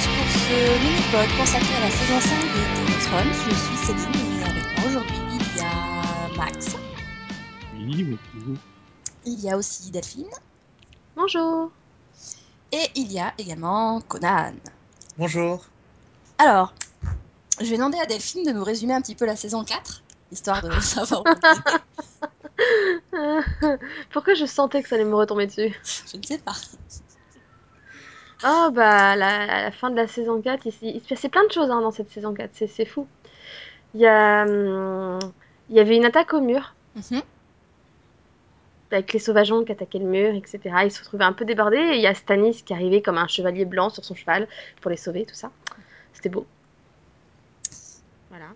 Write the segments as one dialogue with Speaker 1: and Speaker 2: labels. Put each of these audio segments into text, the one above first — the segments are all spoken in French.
Speaker 1: ce mini-pod consacré à la saison 5 de Game of Thrones. Je suis Céline et avec moi aujourd'hui, il y a Max.
Speaker 2: Oui, oui, toujours.
Speaker 1: Il y a aussi Delphine.
Speaker 3: Bonjour.
Speaker 1: Et il y a également Conan.
Speaker 4: Bonjour.
Speaker 1: Alors, je vais demander à Delphine de nous résumer un petit peu la saison 4, histoire de savoir où on en est.
Speaker 3: Pourquoi je sentais que ça allait me retomber dessus
Speaker 1: Je ne sais pas.
Speaker 3: Oh bah la, à la fin de la saison 4, il, s- il se passait plein de choses hein, dans cette saison 4, c'est, c'est fou. Il y, a, hum, il y avait une attaque au mur,
Speaker 1: Mhm.
Speaker 3: avec les sauvageons qui attaquaient le mur, etc. Ils se retrouvaient un peu débordés, et il y a Stanis qui arrivait comme un chevalier blanc sur son cheval pour les sauver, tout ça. C'était beau. Voilà.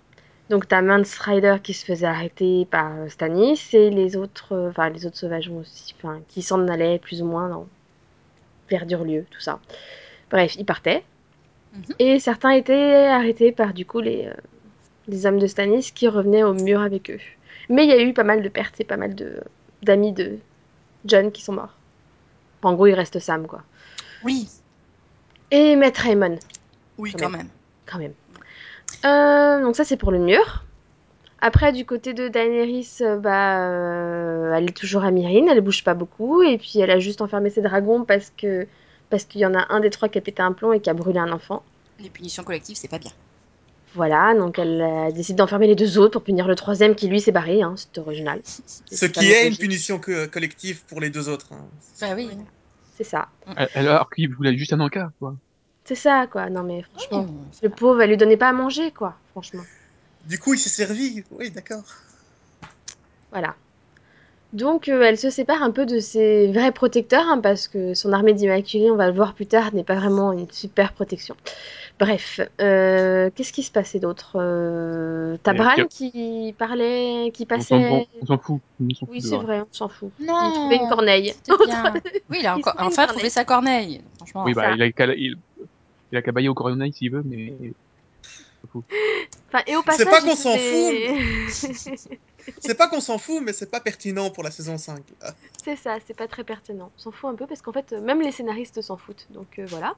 Speaker 3: Donc t'as Mance Rider qui se faisait arrêter par euh, Stanis, et les autres, euh, enfin les autres sauvageons aussi, enfin qui s'en allaient plus ou moins dans... vers Durlieu, tout ça. Bref, ils partaient.
Speaker 1: Mhm.
Speaker 3: Et certains étaient arrêtés par du coup les, euh, les hommes de Stanis qui revenaient au mur avec eux. Mais il y a eu pas mal de pertes et pas mal de d'amis de John qui sont morts. En gros, il reste Sam, quoi.
Speaker 1: Oui,
Speaker 3: Et Maître Raymond,
Speaker 1: oui,
Speaker 3: Quand
Speaker 1: quand même.
Speaker 3: quand même. Euh, donc ça, c'est pour le mur. Après, du côté de Daenerys, euh, bah, euh, elle est toujours à Myrine, elle bouge pas beaucoup, et puis elle a juste enfermé ses dragons parce que parce qu'il y en a un des trois qui a pété un plomb et qui a brûlé un enfant.
Speaker 1: Les punitions collectives, c'est pas bien.
Speaker 3: Voilà, donc elle euh, décide d'enfermer les deux autres pour punir le troisième qui lui s'est barré, hein, c'est original.
Speaker 4: Ce
Speaker 3: C'est
Speaker 4: qui est une
Speaker 3: logique.
Speaker 4: punition co- collective pour les deux autres. hein.
Speaker 1: Bah oui.
Speaker 3: C'est ça,
Speaker 2: Euh, Alors qu'il voulait juste un encart, quoi.
Speaker 3: c'est ça quoi, non mais franchement,
Speaker 1: Bon,
Speaker 3: le pauvre, elle lui donnait pas à manger quoi, franchement.
Speaker 4: Du coup, il s'est servi. Oui, d'accord.
Speaker 3: Voilà. Donc euh, elle se sépare un peu de ses vrais protecteurs, hein, parce que son armée d'immaculés, on va le voir plus tard, n'est pas vraiment une super protection. Bref, euh, qu'est-ce qui se passait d'autre Euh, T'as
Speaker 2: Mais
Speaker 3: Bran
Speaker 2: Pierre-
Speaker 3: qui parlait, qui
Speaker 2: On s'en-
Speaker 3: passait...
Speaker 2: on- on s'en fout. On s'en fout
Speaker 3: Bah, Oui,
Speaker 2: de
Speaker 3: c'est
Speaker 2: Bran.
Speaker 3: vrai, on s'en fout.
Speaker 1: Non.
Speaker 4: Ah.
Speaker 3: Il trouvait une corneille.
Speaker 1: C'était bien. Oui, il a
Speaker 3: Il
Speaker 1: encore,
Speaker 3: trouvait une
Speaker 1: enfin
Speaker 3: corneille.
Speaker 1: trouvé sa corneille. Franchement,
Speaker 2: Oui, bah,
Speaker 3: ça.
Speaker 2: il a qu'à il... il a qu'à bailler au Corona s'il veut, mais.
Speaker 3: Enfin, et au
Speaker 4: C'est
Speaker 3: passage,
Speaker 4: pas
Speaker 3: il
Speaker 4: qu'on s'en
Speaker 3: faisait-
Speaker 4: C'est pas qu'on s'en fout, mais c'est pas pertinent pour la saison 5. Ah,
Speaker 3: C'est ça, c'est pas très pertinent. On s'en fout un peu parce qu'en fait, euh, même les scénaristes s'en foutent. Donc euh, voilà.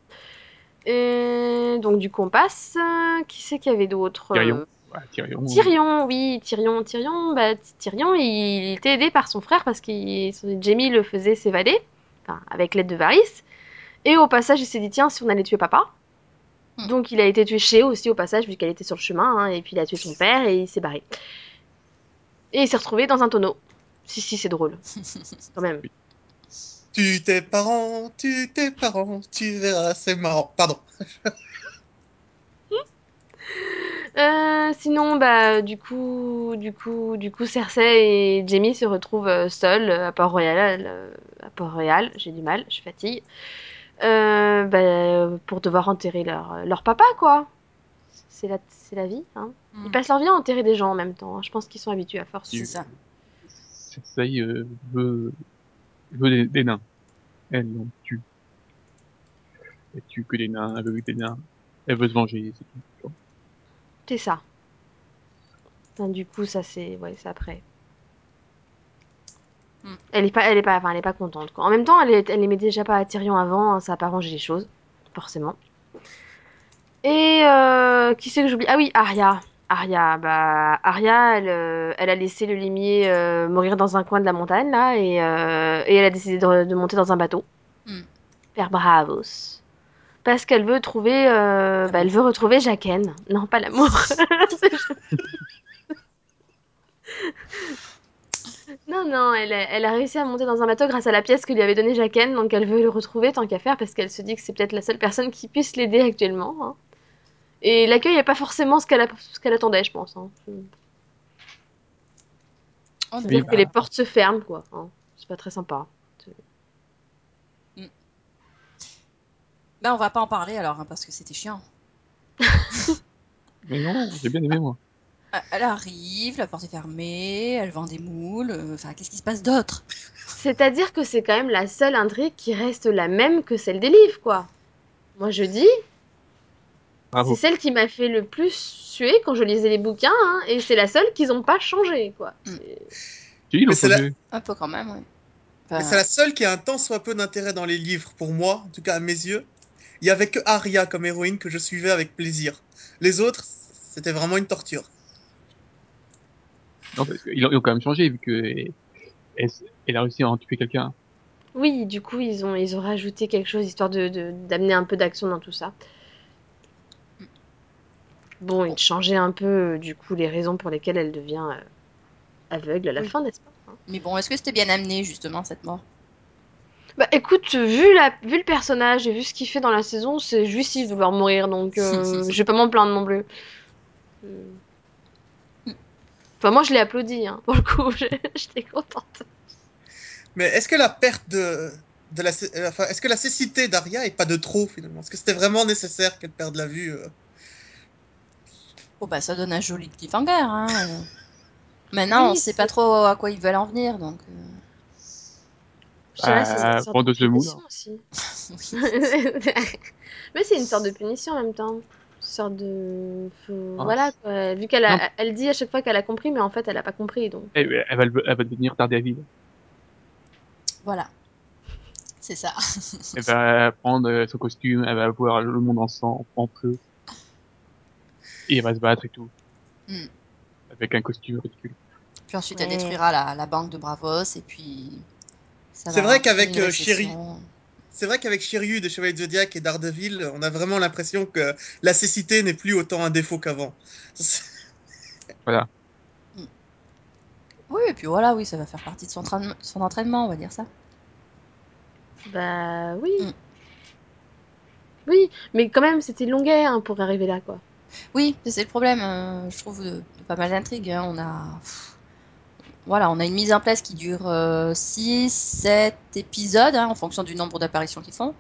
Speaker 3: Et donc du coup, on passe. Euh, Qui c'est qu'il y avait euh, d'autres
Speaker 2: Tyrion. Ah, Tyrion.
Speaker 3: Tyrion, oui, Tyrion, Tyrion. Bah, Ty- Tyrion, il était aidé par son frère parce que Jamie le faisait s'évader, enfin, avec l'aide de Varys. Et au passage, il s'est dit, tiens, si on allait tuer papa.
Speaker 1: Hmm.
Speaker 3: Donc il a été tué chez eux aussi au passage, vu qu'elle était sur le chemin, hein, et puis il a tué son père et il s'est barré. Et il s'est retrouvé dans un tonneau. Si, si, c'est drôle, quand même.
Speaker 4: Tu tes parents, tu tes parents, tu verras, c'est marrant. Pardon.
Speaker 3: Euh, sinon, bah, du coup, du coup, du coup, Cersei et Jamie se retrouvent euh, seuls euh, à Port-Royal. euh, à Port-Royal, j'ai du mal, je suis fatiguée. Euh, bah, pour devoir enterrer leur, euh, leur papa, quoi. C'est la, c'est la vie, hein. Ils
Speaker 1: Mm.
Speaker 3: passent leur vie à enterrer des gens en même temps. hein. Je pense qu'ils sont habitués à force.
Speaker 1: c'est ça.
Speaker 2: Cersei euh, veut, veut des, des nains. Elle en tue. Elle tue que des nains, elle veut des nains. Elle veut se venger, c'est tout.
Speaker 3: C'est ça. Enfin, du coup, ça c'est, ouais, c'est après.
Speaker 1: Mm.
Speaker 3: Elle est pas, elle est pas, enfin, elle est pas contente. Quoi. En même temps, elle, est, elle aimait déjà pas à Tyrion avant, hein, ça a pas arrangé les choses, forcément. Et euh, qui c'est que j'oublie Ah oui, Arya. Arya, bah Arya, elle, euh, elle a laissé le limier euh, mourir dans un coin de la montagne là, et, euh, et elle a décidé de, de monter dans un bateau
Speaker 1: Mm.
Speaker 3: vers Braavos. Parce qu'elle veut trouver, euh, bah, elle veut retrouver Jaqen. Non, pas l'amour. C'est Non, non, elle a, elle a réussi à monter dans un bateau grâce à la pièce que lui avait donnée Jaqen, donc elle veut le retrouver tant qu'à faire parce qu'elle se dit que c'est peut-être la seule personne qui puisse l'aider actuellement. hein. Et l'accueil n'est pas forcément ce qu'elle a- ce qu'elle attendait, je pense. hein.
Speaker 1: On
Speaker 2: Oui,
Speaker 3: C'est-à-dire
Speaker 2: bah.
Speaker 3: que les portes se ferment, quoi. hein. C'est pas très sympa.
Speaker 1: Là, on va pas en parler alors, hein, parce que c'était chiant.
Speaker 2: Mais non, j'ai bien aimé, moi.
Speaker 1: Euh, Elle arrive, la porte est fermée, elle vend des moules. euh, Enfin, qu'est-ce qui se passe d'autre
Speaker 3: C'est-à-dire que c'est quand même la seule intrigue qui reste la même que celle des livres, quoi. Moi, je dis,
Speaker 2: Bravo.
Speaker 3: c'est celle qui m'a fait le plus suer quand je lisais les bouquins, hein, et c'est la seule qu'ils n'ont pas changée, quoi.
Speaker 1: Mm.
Speaker 3: C'est-
Speaker 2: Tu dis, ils l'ont
Speaker 4: Mais c'est la-
Speaker 2: changé.
Speaker 1: Un peu quand même, oui.
Speaker 4: Mais c'est la seule qui a un tant soit peu d'intérêt dans les livres, pour moi, en tout cas à mes yeux. Il y avait que Arya comme héroïne que je suivais avec plaisir. Les autres, c'était vraiment une torture.
Speaker 2: Non, parce qu'ils ont ils ont quand même changé, vu que elle, elle- elle a réussi à en tuer quelqu'un.
Speaker 3: Oui, du coup, ils ont, ils ont rajouté quelque chose histoire de, de- d'amener un peu d'action dans tout ça. Bon, ils changeaient un peu, euh, du coup, les raisons pour lesquelles elle devient euh, aveugle à la
Speaker 1: Oui.
Speaker 3: fin, n'est-ce pas
Speaker 1: Mais bon, est-ce que c'était bien amené, justement, cette mort
Speaker 3: Bah écoute, vu, la, vu le personnage et vu ce qu'il fait dans la saison, c'est jouissif de voir mourir, donc euh, je vais pas m'en plaindre non plus. Euh. Enfin, moi je l'ai applaudi, hein, pour le coup, j'ai- j'étais contente.
Speaker 4: Mais est-ce que la perte de, de la, cé- euh, enfin, est-ce que la cécité d'Aria est pas de trop finalement Est-ce que c'était vraiment nécessaire qu'elle perde la vue euh
Speaker 1: Oh bah ça donne un joli cliffhanger. Hein. euh. Maintenant, on
Speaker 3: Oui,
Speaker 1: sait
Speaker 3: c'est-
Speaker 1: pas trop à quoi ils veulent en venir, donc. euh,
Speaker 3: Je dirais, c'est une
Speaker 2: Euh,
Speaker 3: sorte
Speaker 2: prends
Speaker 3: de
Speaker 2: deux semoule.
Speaker 3: punition aussi.
Speaker 1: euh,
Speaker 3: Mais c'est une sorte de punition en même temps. Une sorte de. faut-
Speaker 2: Ah.
Speaker 3: Voilà, quoi. Vu qu'elle
Speaker 2: Non.
Speaker 3: a... elle dit à chaque fois qu'elle a compris, mais en fait elle a pas compris, donc.
Speaker 2: Elle, elle va, le- elle va devenir Daredevil.
Speaker 1: Voilà. C'est ça.
Speaker 2: Elle va prendre euh, son costume, elle va voir le monde en sang, en feu. Et elle va se battre et tout.
Speaker 1: Hmm.
Speaker 2: Avec un costume ridicule.
Speaker 1: Puis ensuite, elle
Speaker 3: Ouais.
Speaker 1: détruira la, la banque de Bravos, et puis. ça va
Speaker 4: C'est vrai
Speaker 1: avoir
Speaker 4: qu'avec,
Speaker 1: une
Speaker 4: euh, Chéri-
Speaker 1: récession.
Speaker 4: C'est vrai qu'avec Shiryu de Chevalier de Zodiac et Daredevil, on a vraiment l'impression que la cécité n'est plus autant un défaut qu'avant.
Speaker 1: Oui, et puis voilà, oui, ça va faire partie de son, train- son entraînement, on va dire ça.
Speaker 3: Bah oui.
Speaker 1: Mm.
Speaker 3: Oui, mais quand même, c'était une longueur hein, pour arriver là, quoi.
Speaker 1: Oui, mais c'est le problème, euh, je trouve, de, de pas mal d'intrigues. hein. On a. pff, Voilà, on a une mise en place qui dure 6, 7 épisodes, hein, en fonction du nombre d'apparitions qu'ils font.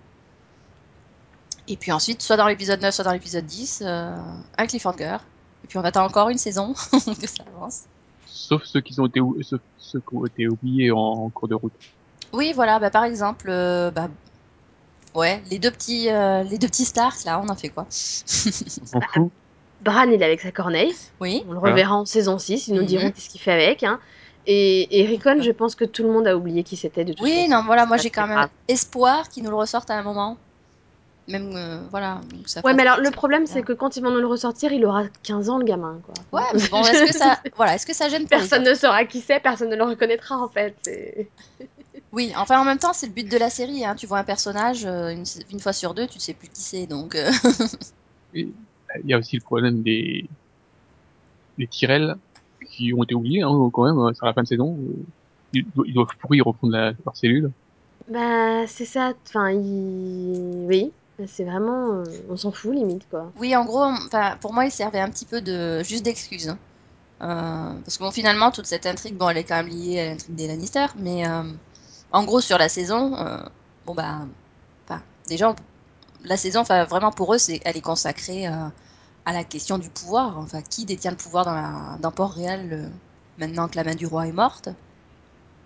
Speaker 1: Et puis ensuite, soit dans l'épisode 9, soit dans l'épisode 10, euh, un cliffhanger. Et puis on attend encore une saison que ça avance.
Speaker 2: Sauf ceux qui ont été, ou- sauf ceux qui ont été oubliés en, en cours de route.
Speaker 1: Oui, voilà, bah, par exemple, euh, bah, ouais, les deux petits, euh, les deux petits stars, là, on en fait quoi
Speaker 2: On s'en fout.
Speaker 3: Bran, il est avec sa corneille.
Speaker 1: Oui,
Speaker 3: On le
Speaker 2: Voilà.
Speaker 3: reverra en saison 6, ils nous
Speaker 1: Mhm.
Speaker 3: diront qu'est-ce qu'il fait avec. Hein. Et, et Rickon, je pense que tout le monde a oublié qui c'était de toute
Speaker 1: Ah. oui,
Speaker 3: façon.
Speaker 1: non, voilà, moi
Speaker 3: c'est
Speaker 1: j'ai
Speaker 3: pas
Speaker 1: quand
Speaker 3: très
Speaker 1: même
Speaker 3: grave.
Speaker 1: espoir qu'ils nous le ressortent à un moment. Même, euh, voilà. donc ça
Speaker 3: Ouais,
Speaker 1: fasse-
Speaker 3: mais alors le problème, c'est que quand ils vont nous le ressortir, il aura 15 ans, le gamin, quoi.
Speaker 1: Ouais, mais bon, est-ce que ça, voilà, est-ce que ça gêne pour les
Speaker 3: Personne ne saura qui c'est, personne ne le reconnaîtra, en fait. c'est-
Speaker 1: Oui, enfin en même temps, c'est le but de la série. Hein. Tu vois un personnage euh, une, une fois sur deux, tu ne sais plus qui c'est. Donc, euh,
Speaker 2: Et Il y a aussi le problème des, des Tyrell qui ont été oubliés, hein, quand même, euh, sur la fin de saison. euh, Ils, do- ils doivent pourrir au fond de la, leur cellule.
Speaker 3: Bah, c'est ça, enfin, il... Oui, c'est vraiment... euh, On s'en fout, limite, quoi.
Speaker 1: oui, en gros, enfin pour moi, il servait un petit peu de juste d'excuse. hein. Euh, parce que bon, finalement, toute cette intrigue, bon, elle est quand même liée à l'intrigue des Lannister, mais euh, en gros, sur la saison, euh, bon bah, enfin, déjà, on- la saison, enfin vraiment pour eux, c'est, elle est consacrée euh, à la question du pouvoir. Enfin, qui détient le pouvoir dans, la, dans Port-Réal euh, maintenant que la main du roi est morte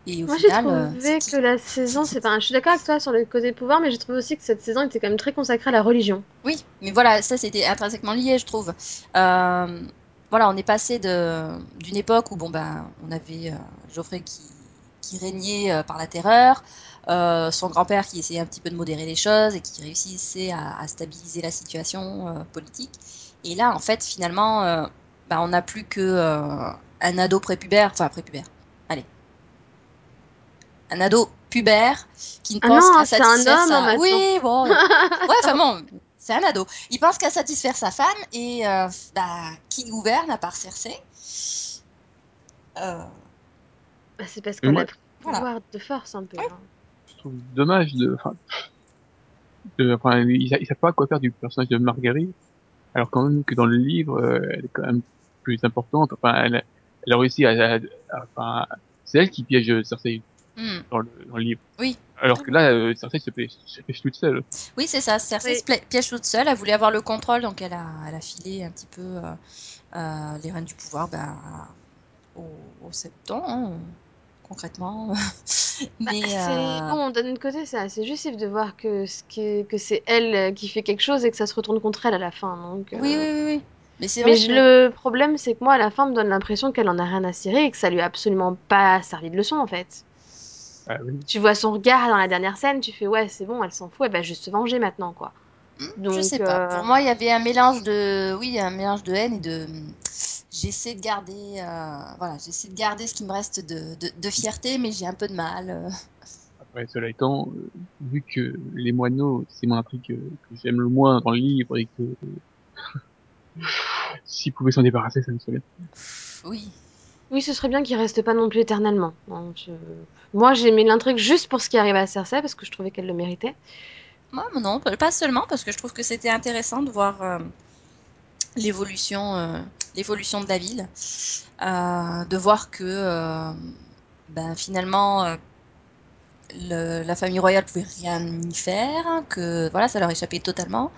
Speaker 1: Et au
Speaker 3: Moi, j'ai
Speaker 1: final, euh,
Speaker 3: trouvé
Speaker 1: c'est qui
Speaker 3: que la saison, c'est pas... Je suis d'accord avec toi sur le côté pouvoir, mais j'ai trouvé aussi que cette saison était quand même très consacrée à la religion.
Speaker 1: Oui, mais voilà, ça c'était intrinsèquement lié, je trouve. Euh, voilà, on est passé de d'une époque où bon ben on avait euh, Geoffrey qui, qui régnait euh, par la terreur, euh, son grand-père qui essayait un petit peu de modérer les choses et qui réussissait à, à stabiliser la situation euh, politique. Et là, en fait, finalement, euh, ben, on n'a plus que euh, un ado prépubère, enfin prépubère. Allez, un ado pubère qui ne
Speaker 3: Ah
Speaker 1: pense
Speaker 3: non,
Speaker 1: qu'à
Speaker 3: c'est un
Speaker 1: satisfaire
Speaker 3: homme, hein,
Speaker 1: sa-
Speaker 3: maintenant.
Speaker 1: Oui, bon. Ouais, enfin bon, c'est un ado. Il pense qu'à satisfaire sa femme et euh, bah, qui gouverne à part Cersei Euh,
Speaker 3: Bah, c'est parce
Speaker 2: Mais
Speaker 3: qu'on
Speaker 2: moi-
Speaker 3: a pris le
Speaker 1: Voilà.
Speaker 3: pouvoir de force, un peu. hein.
Speaker 2: Je trouve dommage de, enfin, de, enfin, ils, sa- ils savent pas à quoi faire du personnage de Marguerite. Alors quand même que dans le livre, euh, elle est quand même plus importante. Enfin, elle, elle a réussi à, à- à- enfin, c'est elle qui piège euh, Cersei
Speaker 1: hmm.
Speaker 2: dans le, dans le livre.
Speaker 1: Oui.
Speaker 2: Alors que là, euh, Cersei se pêche, se pêche toute seule.
Speaker 1: Oui, c'est ça. Cersei
Speaker 3: Oui.
Speaker 1: se pla- piège toute seule. Elle voulait avoir le contrôle, donc elle a, elle a filé un petit peu euh, euh, les rênes du pouvoir bah, au, au septon, hein, concrètement.
Speaker 3: Bah,
Speaker 1: Mais
Speaker 3: c'est
Speaker 1: euh,
Speaker 3: bon, d'un autre côté, c'est assez justif de voir que, ce qui- que c'est elle euh, qui fait quelque chose et que ça se retourne contre elle à la fin. Donc, euh,
Speaker 1: oui, oui, oui, oui. Mais c'est vrai
Speaker 3: Mais je-
Speaker 1: que...
Speaker 3: le problème, c'est que moi, à la fin, me donne l'impression qu'elle en a rien à cirer et que ça lui a absolument pas servi de leçon, en fait.
Speaker 2: Ah oui.
Speaker 3: Tu vois son regard dans la dernière scène, tu fais ouais, c'est bon, elle s'en fout, elle va juste se venger maintenant, quoi. Donc,
Speaker 1: je sais pas.
Speaker 3: euh,
Speaker 1: Pour moi, il y avait un mélange de, oui, un mélange de haine et de. J'essaie de garder, euh, voilà, j'essaie de garder ce qui me reste de, de, de fierté, mais j'ai un peu de mal. euh.
Speaker 2: Après, cela étant, euh, vu que les moineaux, c'est mon intrigue que, que j'aime le moins dans le livre et que s'ils pouvaient s'en débarrasser, ça me serait bien.
Speaker 1: Oui.
Speaker 3: Oui, ce serait bien qu'il reste pas non plus éternellement. Hein, je- Moi, j'ai aimé l'intrigue juste pour ce qui arrivait à Cersei, parce que je trouvais qu'elle le méritait.
Speaker 1: Moi, non, pas seulement, parce que je trouve que c'était intéressant de voir euh, l'évolution, euh, l'évolution de la ville, euh, de voir que, euh, ben, finalement, euh, le- la famille royale pouvait rien y faire, que voilà, ça leur échappait totalement.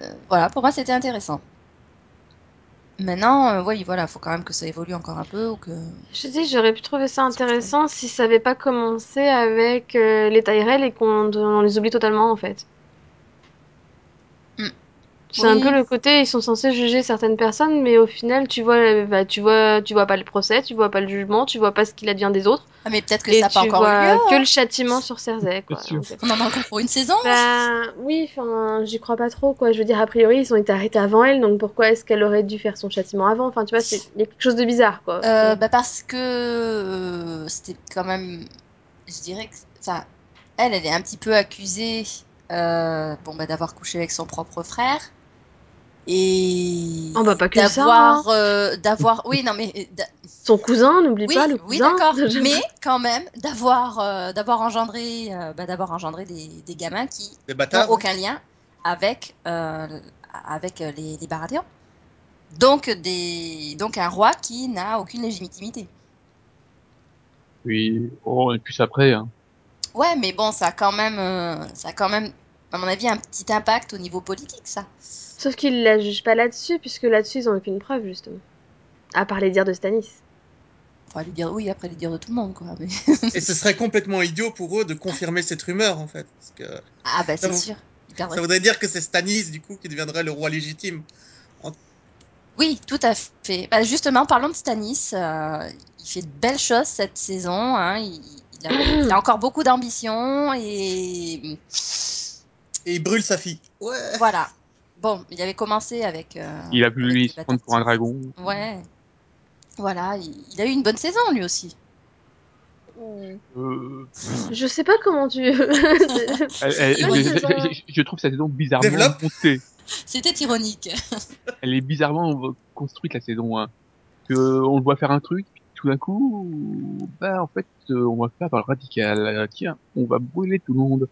Speaker 1: Euh, voilà, pour moi, c'était intéressant. Maintenant, euh, oui, voilà, faut quand même que ça évolue encore un peu ou que.
Speaker 3: Je dis, j'aurais pu trouver ça intéressant si ça avait pas commencé avec euh, les Tyrell et qu'on on les oublie totalement, en fait.
Speaker 1: Mm.
Speaker 3: Hmm. C'est un
Speaker 1: Oui.
Speaker 3: peu le côté, ils sont censés juger certaines personnes, mais au final, tu vois, bah, tu vois, tu vois pas le procès, tu vois pas le jugement, tu vois pas ce qu'il advient des autres,
Speaker 1: Ah, mais peut-être que
Speaker 3: et
Speaker 1: ça n'a pas
Speaker 3: tu
Speaker 1: encore
Speaker 3: vois
Speaker 1: lieu. hein.
Speaker 3: que le châtiment sur Cersei, quoi.
Speaker 2: Bien sûr.
Speaker 3: Donc, euh,
Speaker 1: On en a encore pour une saison.
Speaker 3: Bah oui, enfin, j'y crois pas trop, quoi. Je veux dire, a priori, ils ont été arrêtés avant elle, donc pourquoi est-ce qu'elle aurait dû faire son châtiment avant? Enfin, tu vois, c'est il y a quelque chose de bizarre, quoi.
Speaker 1: Euh, bah parce que euh, c'était quand même, je dirais que, enfin, elle, elle est un petit peu accusée, euh, bon bah d'avoir couché avec son propre frère et
Speaker 3: Oh bah pas que ça,
Speaker 1: d'avoir, euh, d'avoir, oui non mais, euh, d'a-
Speaker 3: Son cousin, n'oublie
Speaker 1: oui,
Speaker 3: pas, le
Speaker 1: oui
Speaker 3: cousin.
Speaker 1: d'accord, mais quand même d'avoir, euh, d'avoir engendré, euh, bah, d'avoir engendré des, des gamins qui
Speaker 4: Des
Speaker 1: n'ont
Speaker 4: bâtards.
Speaker 1: aucun lien avec, euh, avec euh, les, les Baratheons. Donc des, donc un roi qui n'a aucune légitimité.
Speaker 2: Puis, oh, et puis après, hein.
Speaker 1: Ouais, mais bon, ça a quand même, euh, ça a quand même, à mon avis, un petit impact au niveau politique, ça.
Speaker 3: Sauf qu'ils la jugent pas là-dessus, puisque là-dessus, ils ont aucune preuve, justement. À part les dires de Stannis.
Speaker 1: Faudra lui dire oui après lui dire de tout le monde, quoi. mais-
Speaker 4: Et ce serait complètement idiot pour eux de confirmer cette rumeur, en fait. Parce que
Speaker 1: Ah bah c'est
Speaker 4: Non.
Speaker 1: sûr. Il perdrait.
Speaker 4: ça voudrait dire que c'est Stanis, du coup, qui deviendrait le roi légitime.
Speaker 1: Oui, tout à fait. Bah, justement, parlons de Stanis. euh, il fait de belles choses cette saison. hein, Il, il a, il a encore beaucoup d'ambition et
Speaker 4: Et il brûle sa fille. Ouais.
Speaker 1: voilà. Bon, il avait commencé avec. euh,
Speaker 2: il a pu
Speaker 1: avec
Speaker 2: lui
Speaker 1: les
Speaker 2: se prendre pour un dragon.
Speaker 1: bâtards. Ouais. Voilà, il, il a eu une bonne saison lui aussi. Hmm.
Speaker 2: Euh,
Speaker 3: Je sais pas comment tu... C'est-
Speaker 2: elle- elle-
Speaker 1: Oui,
Speaker 2: je,
Speaker 3: c'est ça.
Speaker 2: je- je- je trouve sa saison bizarrement
Speaker 4: Développe.
Speaker 2: montée.
Speaker 1: C'était ironique.
Speaker 2: Elle est bizarrement construite la saison. Hein. Que euh, on le voit faire un truc, puis tout d'un coup, bah en fait, euh, on va faire dans le radical. Euh, Tiens, on va brûler tout le monde.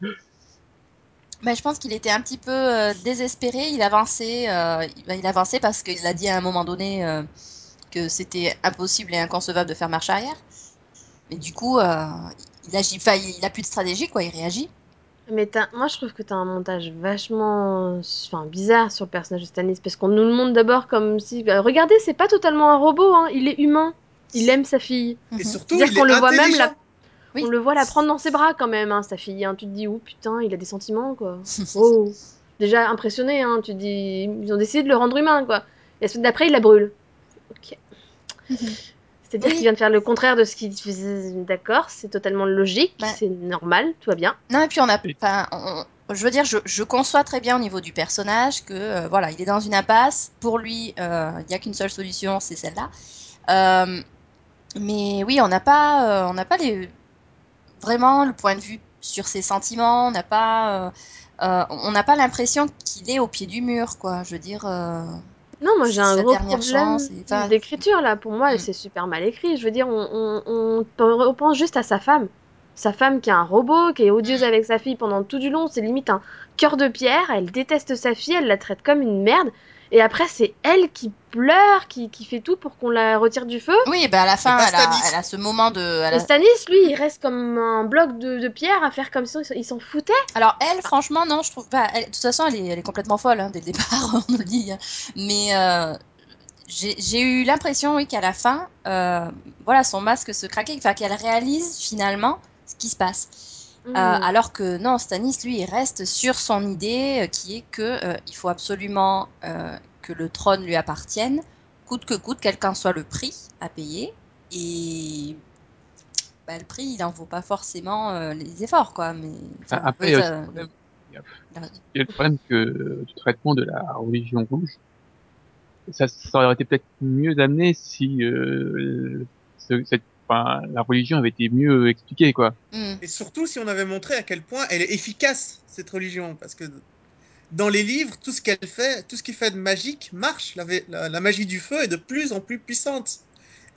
Speaker 1: Ben, je pense qu'il était un petit peu euh, désespéré. Il avançait, euh, il- ben, il avançait parce qu'il a dit à un moment donné euh, que c'était impossible et inconcevable de faire marche arrière. Mais du coup, euh, il agit, enfin, il, il a plus de stratégie, quoi. Il réagit.
Speaker 3: Mais t'as- moi je trouve que t'as un montage vachement enfin, bizarre sur le personnage de Stanis parce qu'on nous le montre d'abord comme si bah, regardez c'est pas totalement un robot hein, il est humain il aime sa fille
Speaker 4: Et
Speaker 1: Mhm.
Speaker 4: surtout,
Speaker 3: C'est-à-dire
Speaker 4: il
Speaker 3: qu'on
Speaker 4: est
Speaker 3: le voit même
Speaker 4: intelligent.
Speaker 3: la-
Speaker 1: Oui.
Speaker 3: on le voit la prendre dans ses bras quand même hein, sa fille hein. tu te dis oh putain il a des sentiments quoi oh déjà impressionné hein, tu te dis ils ont décidé de le rendre humain quoi et la semaine d'après il la brûle ok c'est-à-dire
Speaker 1: Oui.
Speaker 3: qu'il vient de faire le contraire de ce qu'il faisait d'accord c'est totalement logique
Speaker 1: Bah.
Speaker 3: c'est normal tout va bien
Speaker 1: Non, et puis on a,
Speaker 2: Et-
Speaker 1: enfin, on- on- je veux dire, je, je conçois très bien au niveau du personnage que, euh, voilà, il est dans une impasse. Pour lui, euh, il n'y a qu'une seule solution, c'est celle-là. Euh, mais oui, on n'a pas, euh, on n'a pas les, vraiment le point de vue sur ses sentiments. On n'a pas, euh, euh, on n'a pas l'impression qu'il est au pied du mur, quoi. Je veux dire, euh,
Speaker 3: Non, moi j'ai
Speaker 1: C'est
Speaker 3: un
Speaker 1: sa
Speaker 3: gros
Speaker 1: dernière
Speaker 3: problème
Speaker 1: chance et- enfin-
Speaker 3: d'écriture là. Pour moi,
Speaker 1: Mm.
Speaker 3: c'est super mal écrit. Je veux dire, on, on, on pense juste à sa femme. Sa femme qui est un robot, qui est odieuse avec sa fille pendant tout du long. C'est limite un cœur de pierre. Elle déteste sa fille, elle la traite comme une merde. Et après, c'est elle qui pleure, qui, qui fait tout pour qu'on la retire du feu.
Speaker 1: oui, bah à la fin,
Speaker 4: pas
Speaker 1: elle a,
Speaker 4: Stanis.
Speaker 1: elle a ce moment de. elle
Speaker 3: Et
Speaker 1: a-
Speaker 3: Stanis, lui, il reste comme un bloc de, de pierre à faire comme ça. il s'en- Il s'en foutait.
Speaker 1: Alors elle, franchement, non, je trouve pas. elle- de toute façon, elle est, elle est complètement folle hein, dès le départ, on nous le dit. hein. Mais euh, j'ai j'ai eu l'impression, oui, qu'à la fin, euh, voilà, son masque se craquait, enfin qu'elle réalise finalement ce qui se passe. Euh,
Speaker 3: Mm.
Speaker 1: alors que non, Stanis, lui, il reste sur son idée euh, qui est que euh, il faut absolument euh, que le trône lui appartienne, coûte que coûte, quel qu'en soit le prix à payer. Et bah, le prix, il n'en vaut pas forcément euh, les efforts, quoi. Mais enfin,
Speaker 2: Après,
Speaker 1: oui,
Speaker 2: euh,
Speaker 1: ça-
Speaker 2: ce problème, Il y a le problème que, du traitement de la religion rouge. Ça, ça aurait été peut-être mieux amené si euh, ce- cette, enfin, la religion avait été mieux expliquée, quoi.
Speaker 1: Hmm.
Speaker 4: Et surtout si on avait montré à quel point elle est efficace, cette religion, parce que dans les livres, tout ce qu'elle fait, tout ce qu'il fait de magique marche. La, vé- la- la magie du feu est de plus en plus puissante.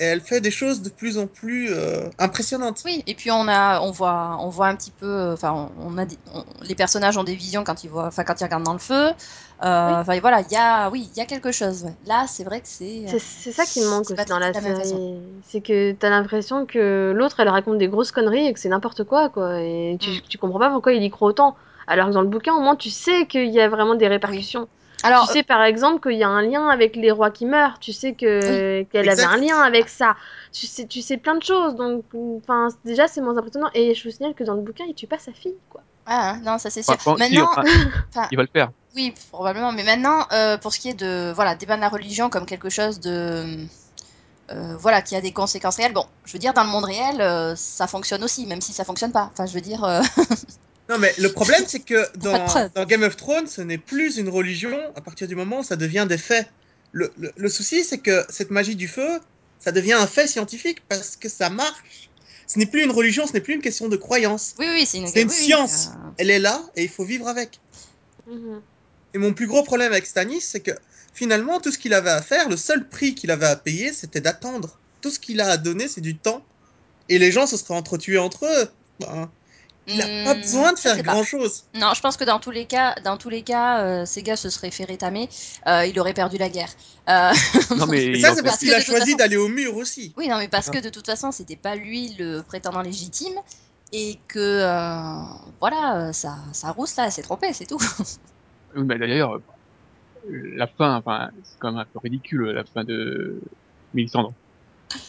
Speaker 4: Et elle fait des choses de plus en plus euh, impressionnantes.
Speaker 1: Oui, et puis on a, on voit, on voit un petit peu, euh, enfin, on a, des- on- les personnages ont des visions quand ils voient, enfin, quand ils regardent dans le feu. Euh, Enfin, voilà, il y a, oui, il y a quelque chose. ouais. Là, c'est vrai que c'est. euh,
Speaker 3: C'est c'est ça qui me manque
Speaker 1: c'est pas
Speaker 3: aussi dans la
Speaker 1: traité de la même
Speaker 3: série. C'est que t'as l'impression que l'autre, elle raconte des grosses conneries et que c'est n'importe quoi, quoi. Et tu,
Speaker 1: Mm.
Speaker 3: tu comprends pas pourquoi il y croit autant. Alors que dans le bouquin, au moins, tu sais qu'il y a vraiment des répercussions.
Speaker 1: Alors,
Speaker 3: tu sais, par exemple, qu'il y a un lien avec les rois qui meurent. Tu sais que qu'elle avait
Speaker 4: exact.
Speaker 3: un lien avec ça. Tu sais, tu sais plein de choses. Donc, enfin, déjà, c'est moins impressionnant. Et je vous signale que dans le bouquin, il tue pas sa fille, quoi.
Speaker 1: ah, non, ça c'est sûr.
Speaker 2: Enfin, bon, si,
Speaker 1: Maintenant,
Speaker 2: enfin,
Speaker 1: enfin,
Speaker 2: il va le faire.
Speaker 1: Oui, probablement. Mais maintenant, euh, pour ce qui est de voilà, débat de la religion comme quelque chose de euh, voilà, qui a des conséquences réelles. Bon, je veux dire, dans le monde réel, euh, ça fonctionne aussi, même si ça fonctionne pas. Enfin, je veux dire, euh,
Speaker 4: Non, mais le problème, c'est que
Speaker 1: Pas de
Speaker 4: dans,
Speaker 1: preuve.
Speaker 4: dans Game of Thrones, ce n'est plus une religion à partir du moment où ça devient des faits. Le, le- le souci, c'est que cette magie du feu, ça devient un fait scientifique parce que ça marche. Ce n'est plus une religion, ce n'est plus une question de croyance.
Speaker 1: oui, oui, c'est une,
Speaker 4: C'est une
Speaker 1: oui, oui,
Speaker 4: science.
Speaker 1: euh,
Speaker 4: Elle est là et il faut vivre avec.
Speaker 3: Mhm.
Speaker 4: Et mon plus gros problème avec Stanis, c'est que finalement, tout ce qu'il avait à faire, le seul prix qu'il avait à payer, c'était d'attendre. Tout ce qu'il a à donner, c'est du temps. Et les gens se seraient entretués entre eux. Ben, il n'a pas
Speaker 1: hmm,
Speaker 4: besoin de
Speaker 1: je
Speaker 4: faire
Speaker 1: sais pas.
Speaker 4: grand-chose.
Speaker 1: Non, je pense que dans tous les cas, dans tous les cas, euh, Sega se serait fait rétamer. euh, il aurait perdu la guerre. Euh,
Speaker 2: Non, mais,
Speaker 4: Mais
Speaker 2: il
Speaker 4: ça,
Speaker 2: en
Speaker 4: c'est
Speaker 2: fait-
Speaker 4: parce
Speaker 1: que
Speaker 4: qu'il a
Speaker 1: de toute
Speaker 4: choisi
Speaker 1: façon-
Speaker 4: d'aller au mur aussi.
Speaker 1: Oui, non, mais parce
Speaker 2: ça.
Speaker 1: que de toute façon, c'était pas lui le prétendant légitime et que euh, voilà, euh, ça, ça rousse là, elle s'est trompée, c'est tout.
Speaker 2: Oui, mais d'ailleurs, euh, la fin, enfin, c'est quand même un peu ridicule, la fin de Mélisandre.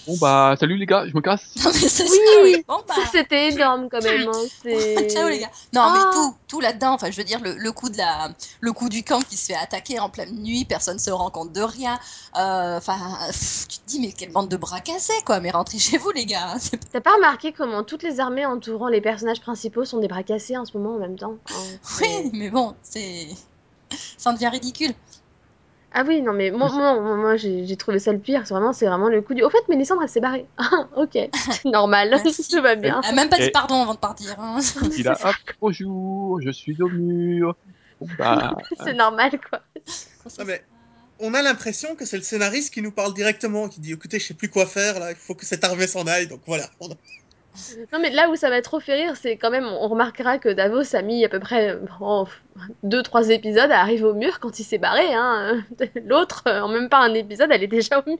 Speaker 2: Bon, bah, salut les gars, je me casse.
Speaker 1: Non, mais c'est
Speaker 3: Oui,
Speaker 1: ça, oui. Bon, bah.
Speaker 3: ça c'était énorme quand même. hein. C'est-
Speaker 1: Ciao les gars. Non mais
Speaker 3: Ah.
Speaker 1: tout, tout là-dedans. Enfin, je veux dire le, le coup de la, le coup du camp qui se fait attaquer en pleine nuit, personne se rend compte de rien. Euh, Enfin, pff, tu te dis mais quelle bande de bras cassés quoi. Mais rentrez chez vous les gars. hein, C'est pas-
Speaker 3: T'as pas remarqué comment toutes les armées entourant les personnages principaux sont des bras cassés en ce moment en même temps hein, c'est-
Speaker 1: Oui, mais bon, c'est, ça en devient ridicule.
Speaker 3: Ah oui, non mais moi, moi, moi, moi, j'ai j'ai trouvé ça le pire. C'est vraiment, c'est vraiment le coup du. Au fait, Mélissandre, elle s'est barrée. Ah, ok, c'est normal,
Speaker 1: Merci.
Speaker 3: tout va bien.
Speaker 1: Elle a Ah, même pas dit
Speaker 2: Et-
Speaker 1: pardon avant de partir. hein.
Speaker 3: Non, mais
Speaker 2: Il
Speaker 3: C'est
Speaker 2: a, hop, bonjour, je suis au mur. Bon,
Speaker 3: non,
Speaker 2: bah,
Speaker 3: mais c'est normal quoi.
Speaker 4: Non, mais on a l'impression que c'est le scénariste qui nous parle directement, qui dit écoutez, je sais plus quoi faire là, il faut que cette armée s'en aille, donc voilà.
Speaker 3: Non mais là où ça m'a trop fait rire, c'est quand même, on remarquera que Davos a mis à peu près 2-3 épisodes à arriver au mur quand il s'est barré. Hein. L'autre, en même pas un épisode, elle est déjà au mur.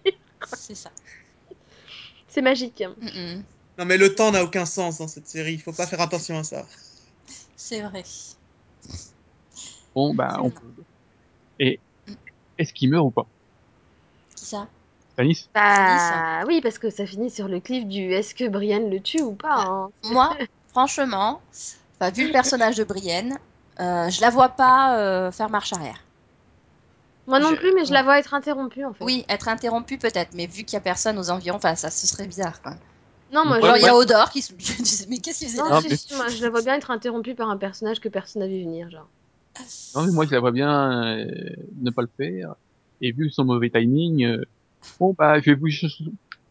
Speaker 1: C'est ça.
Speaker 3: C'est magique.
Speaker 1: Mm, mm.
Speaker 4: Non, mais le temps n'a aucun sens dans cette série, il faut pas faire attention à ça.
Speaker 1: C'est vrai.
Speaker 2: bon, bah, on peut. Et est-ce qu'il meurt ou pas
Speaker 1: Qui ça
Speaker 2: Stanis
Speaker 3: Bah oui, parce que ça finit sur le cliff du est-ce que Brienne le tue ou pas. hein.
Speaker 1: Moi, franchement, enfin, vu le personnage de Brienne, euh, je la vois pas euh, faire marche arrière.
Speaker 3: Moi non
Speaker 1: Je-
Speaker 3: plus, mais je la vois être interrompue en fait.
Speaker 1: Oui, être interrompue peut-être, mais vu qu'il y a personne aux environs, enfin, ça ce serait bizarre. Quoi.
Speaker 3: Non, moi,
Speaker 2: Ouais,
Speaker 3: je
Speaker 1: Genre, il y a
Speaker 2: ouais.
Speaker 1: Odor qui se je disais, mais qu'est-ce qu'il faisait
Speaker 3: Non,
Speaker 1: là
Speaker 2: Ah,
Speaker 3: si,
Speaker 2: mais-
Speaker 3: si, moi, je la vois bien être interrompue par un personnage que personne n'a vu venir, genre.
Speaker 2: Non, mais moi, je la vois bien euh, ne pas le faire. Et vu son mauvais timing, euh, bon, bah, je vais vous, je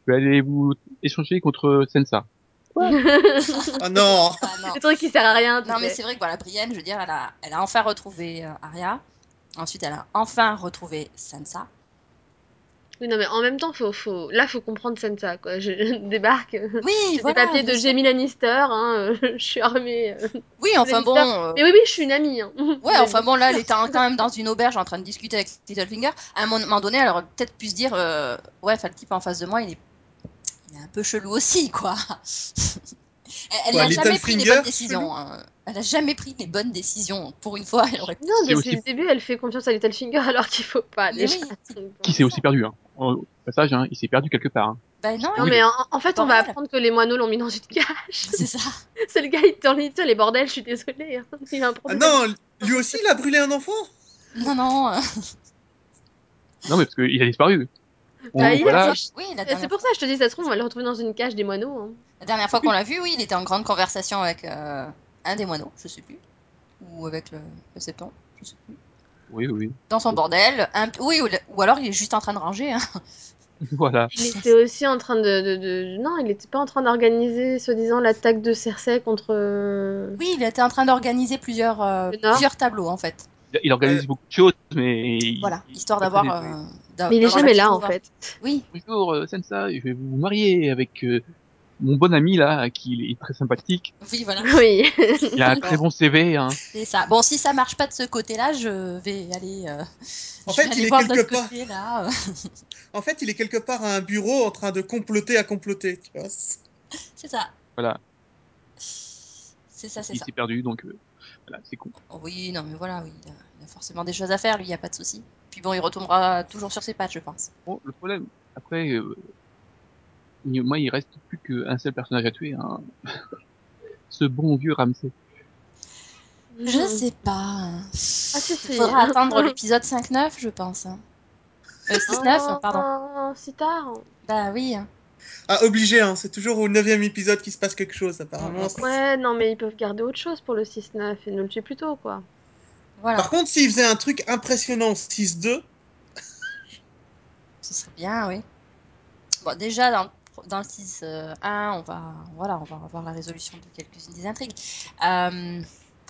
Speaker 2: vais aller vous échanger contre Sensa.
Speaker 3: le
Speaker 4: Oh non
Speaker 1: Ah, non.
Speaker 3: truc qui sert à rien, tu
Speaker 1: Non, mais
Speaker 3: sais.
Speaker 1: c'est vrai que voilà, Brienne, je veux dire, elle a, elle a enfin retrouvé euh, Arya. Ensuite, elle a enfin retrouvé Sansa.
Speaker 3: Oui, non, mais en même temps, faut, faut... là, faut comprendre Sansa, quoi. Je, je débarque. euh,
Speaker 1: Oui,
Speaker 3: J'ai
Speaker 1: voilà.
Speaker 3: des papiers de
Speaker 1: bien sûr.
Speaker 3: Jamie Lannister, hein, euh, je suis armée. euh,
Speaker 1: Oui, enfin
Speaker 3: Lannister.
Speaker 1: bon. euh,
Speaker 3: Mais oui, oui, je suis une amie. Hein.
Speaker 1: Ouais, enfin bon, là, elle était quand même dans une auberge en train de discuter avec Littlefinger. À un moment donné, elle aurait peut-être pu se dire euh, Ouais, enfin, le type en face de moi, il est, il est un peu chelou aussi, quoi. Elle- Elle
Speaker 4: Quoi,
Speaker 1: n'a jamais pris les
Speaker 4: Littlefinger,
Speaker 1: bonnes décisions. hein. Elle n'a jamais pris les bonnes décisions. Pour une fois, elle aurait pu.
Speaker 3: Non,
Speaker 2: C'est
Speaker 3: depuis
Speaker 2: aussi-
Speaker 3: le début, elle fait confiance à Littlefinger alors qu'il faut pas,
Speaker 1: Mais
Speaker 3: déjà.
Speaker 1: oui.
Speaker 3: Donc, bon.
Speaker 2: Qui s'est aussi perdu, hein. Au passage, hein, il s'est perdu quelque part. Hein.
Speaker 1: Ben non,
Speaker 3: Non,
Speaker 2: Oui,
Speaker 3: mais en, en fait, on va
Speaker 1: Bordel.
Speaker 3: apprendre que les moineaux l'ont mis dans une cage.
Speaker 1: c'est ça.
Speaker 3: C'est le gars, il est dans les les bordels, je suis désolée. hein. Il a un
Speaker 4: Ah
Speaker 3: problème.
Speaker 4: non, lui aussi, il a brûlé un enfant
Speaker 1: Non, non. euh,
Speaker 2: Non, mais parce qu'il a disparu.
Speaker 1: Ah,
Speaker 2: On-
Speaker 3: Bah, il a
Speaker 2: voilà,
Speaker 3: disparu.
Speaker 1: Oui, la
Speaker 3: Et C'est
Speaker 1: dernière,
Speaker 3: pour ça, je te dis, ça se trouve, on va le retrouver dans une cage des moineaux. hein.
Speaker 1: la dernière fois qu'on l'a vu, oui, il était en grande conversation avec euh, un des moineaux, je sais plus. ou avec le, le septon, je sais plus.
Speaker 2: Oui, oui.
Speaker 1: Dans son bordel. un- oui, ou, le- ou alors il est juste en train de ranger. hein.
Speaker 2: Voilà.
Speaker 3: Il était aussi en train de. de- de- Non, il n'était pas en train d'organiser, soi-disant, l'attaque de Cersei contre. euh,
Speaker 1: Oui, il était en train d'organiser plusieurs, euh,
Speaker 3: Le Nord.
Speaker 1: plusieurs tableaux en fait.
Speaker 2: Il- Il organise
Speaker 4: Euh,
Speaker 2: beaucoup de choses, mais. il-
Speaker 1: Voilà,
Speaker 2: il-
Speaker 1: histoire
Speaker 2: il a
Speaker 1: d'avoir.
Speaker 2: pas des-
Speaker 1: euh, d'a-
Speaker 3: Mais il est
Speaker 1: d'avoir la
Speaker 3: jamais
Speaker 1: petite
Speaker 3: là, en
Speaker 1: couronne.
Speaker 3: fait.
Speaker 1: Oui,
Speaker 2: Bonjour, euh, Sensei, je vais vous marier avec euh, mon bon ami là, qui est très sympathique.
Speaker 1: oui, voilà.
Speaker 3: Oui.
Speaker 2: Il a un très bon CV, hein.
Speaker 1: C'est ça. Bon, si ça marche pas de ce côté-là, je vais aller. euh,
Speaker 4: En
Speaker 1: je
Speaker 4: fait,
Speaker 1: vais
Speaker 4: il
Speaker 1: aller
Speaker 4: est
Speaker 1: voir de l'autre
Speaker 4: quelque part.
Speaker 1: côté là. euh.
Speaker 4: En fait, il est quelque part à un bureau en train de comploter à comploter. Tu vois
Speaker 1: C'est ça.
Speaker 2: Voilà.
Speaker 1: C'est ça, c'est
Speaker 2: Il
Speaker 1: ça.
Speaker 2: s'est perdu, donc euh, voilà, c'est con.
Speaker 1: Oui, non, mais voilà, oui, il, a, il a forcément des choses à faire, lui, il n'y a pas de souci. Puis bon, il retombera toujours sur ses pattes, je pense.
Speaker 2: Bon, le problème, après, euh, il- moi, il reste plus qu'un seul personnage à tuer, hein. Ce bon vieux Ramsey.
Speaker 1: Je sais pas.
Speaker 3: Mhm. Ah, si, si.
Speaker 1: Il faudra attendre l'épisode 5-9, je pense. hein. Euh, 6-9,
Speaker 3: Oh,
Speaker 1: pardon.
Speaker 3: si tard.
Speaker 1: Bah oui. hein.
Speaker 4: Ah, obligé, hein, c'est toujours au neuvième épisode qu'il se passe quelque chose, apparemment.
Speaker 1: Mm,
Speaker 3: Ouais, non, mais ils peuvent garder autre chose pour le 6-9 et nous le tuer plus tôt, quoi.
Speaker 1: Voilà,
Speaker 4: Par contre, s'il faisait un truc impressionnant 6-2,
Speaker 1: ce serait bien, oui. Bon, déjà, dans, le- dans le 6-1, on, va, voilà, on va avoir la résolution de quelques-unes des intrigues. Euh,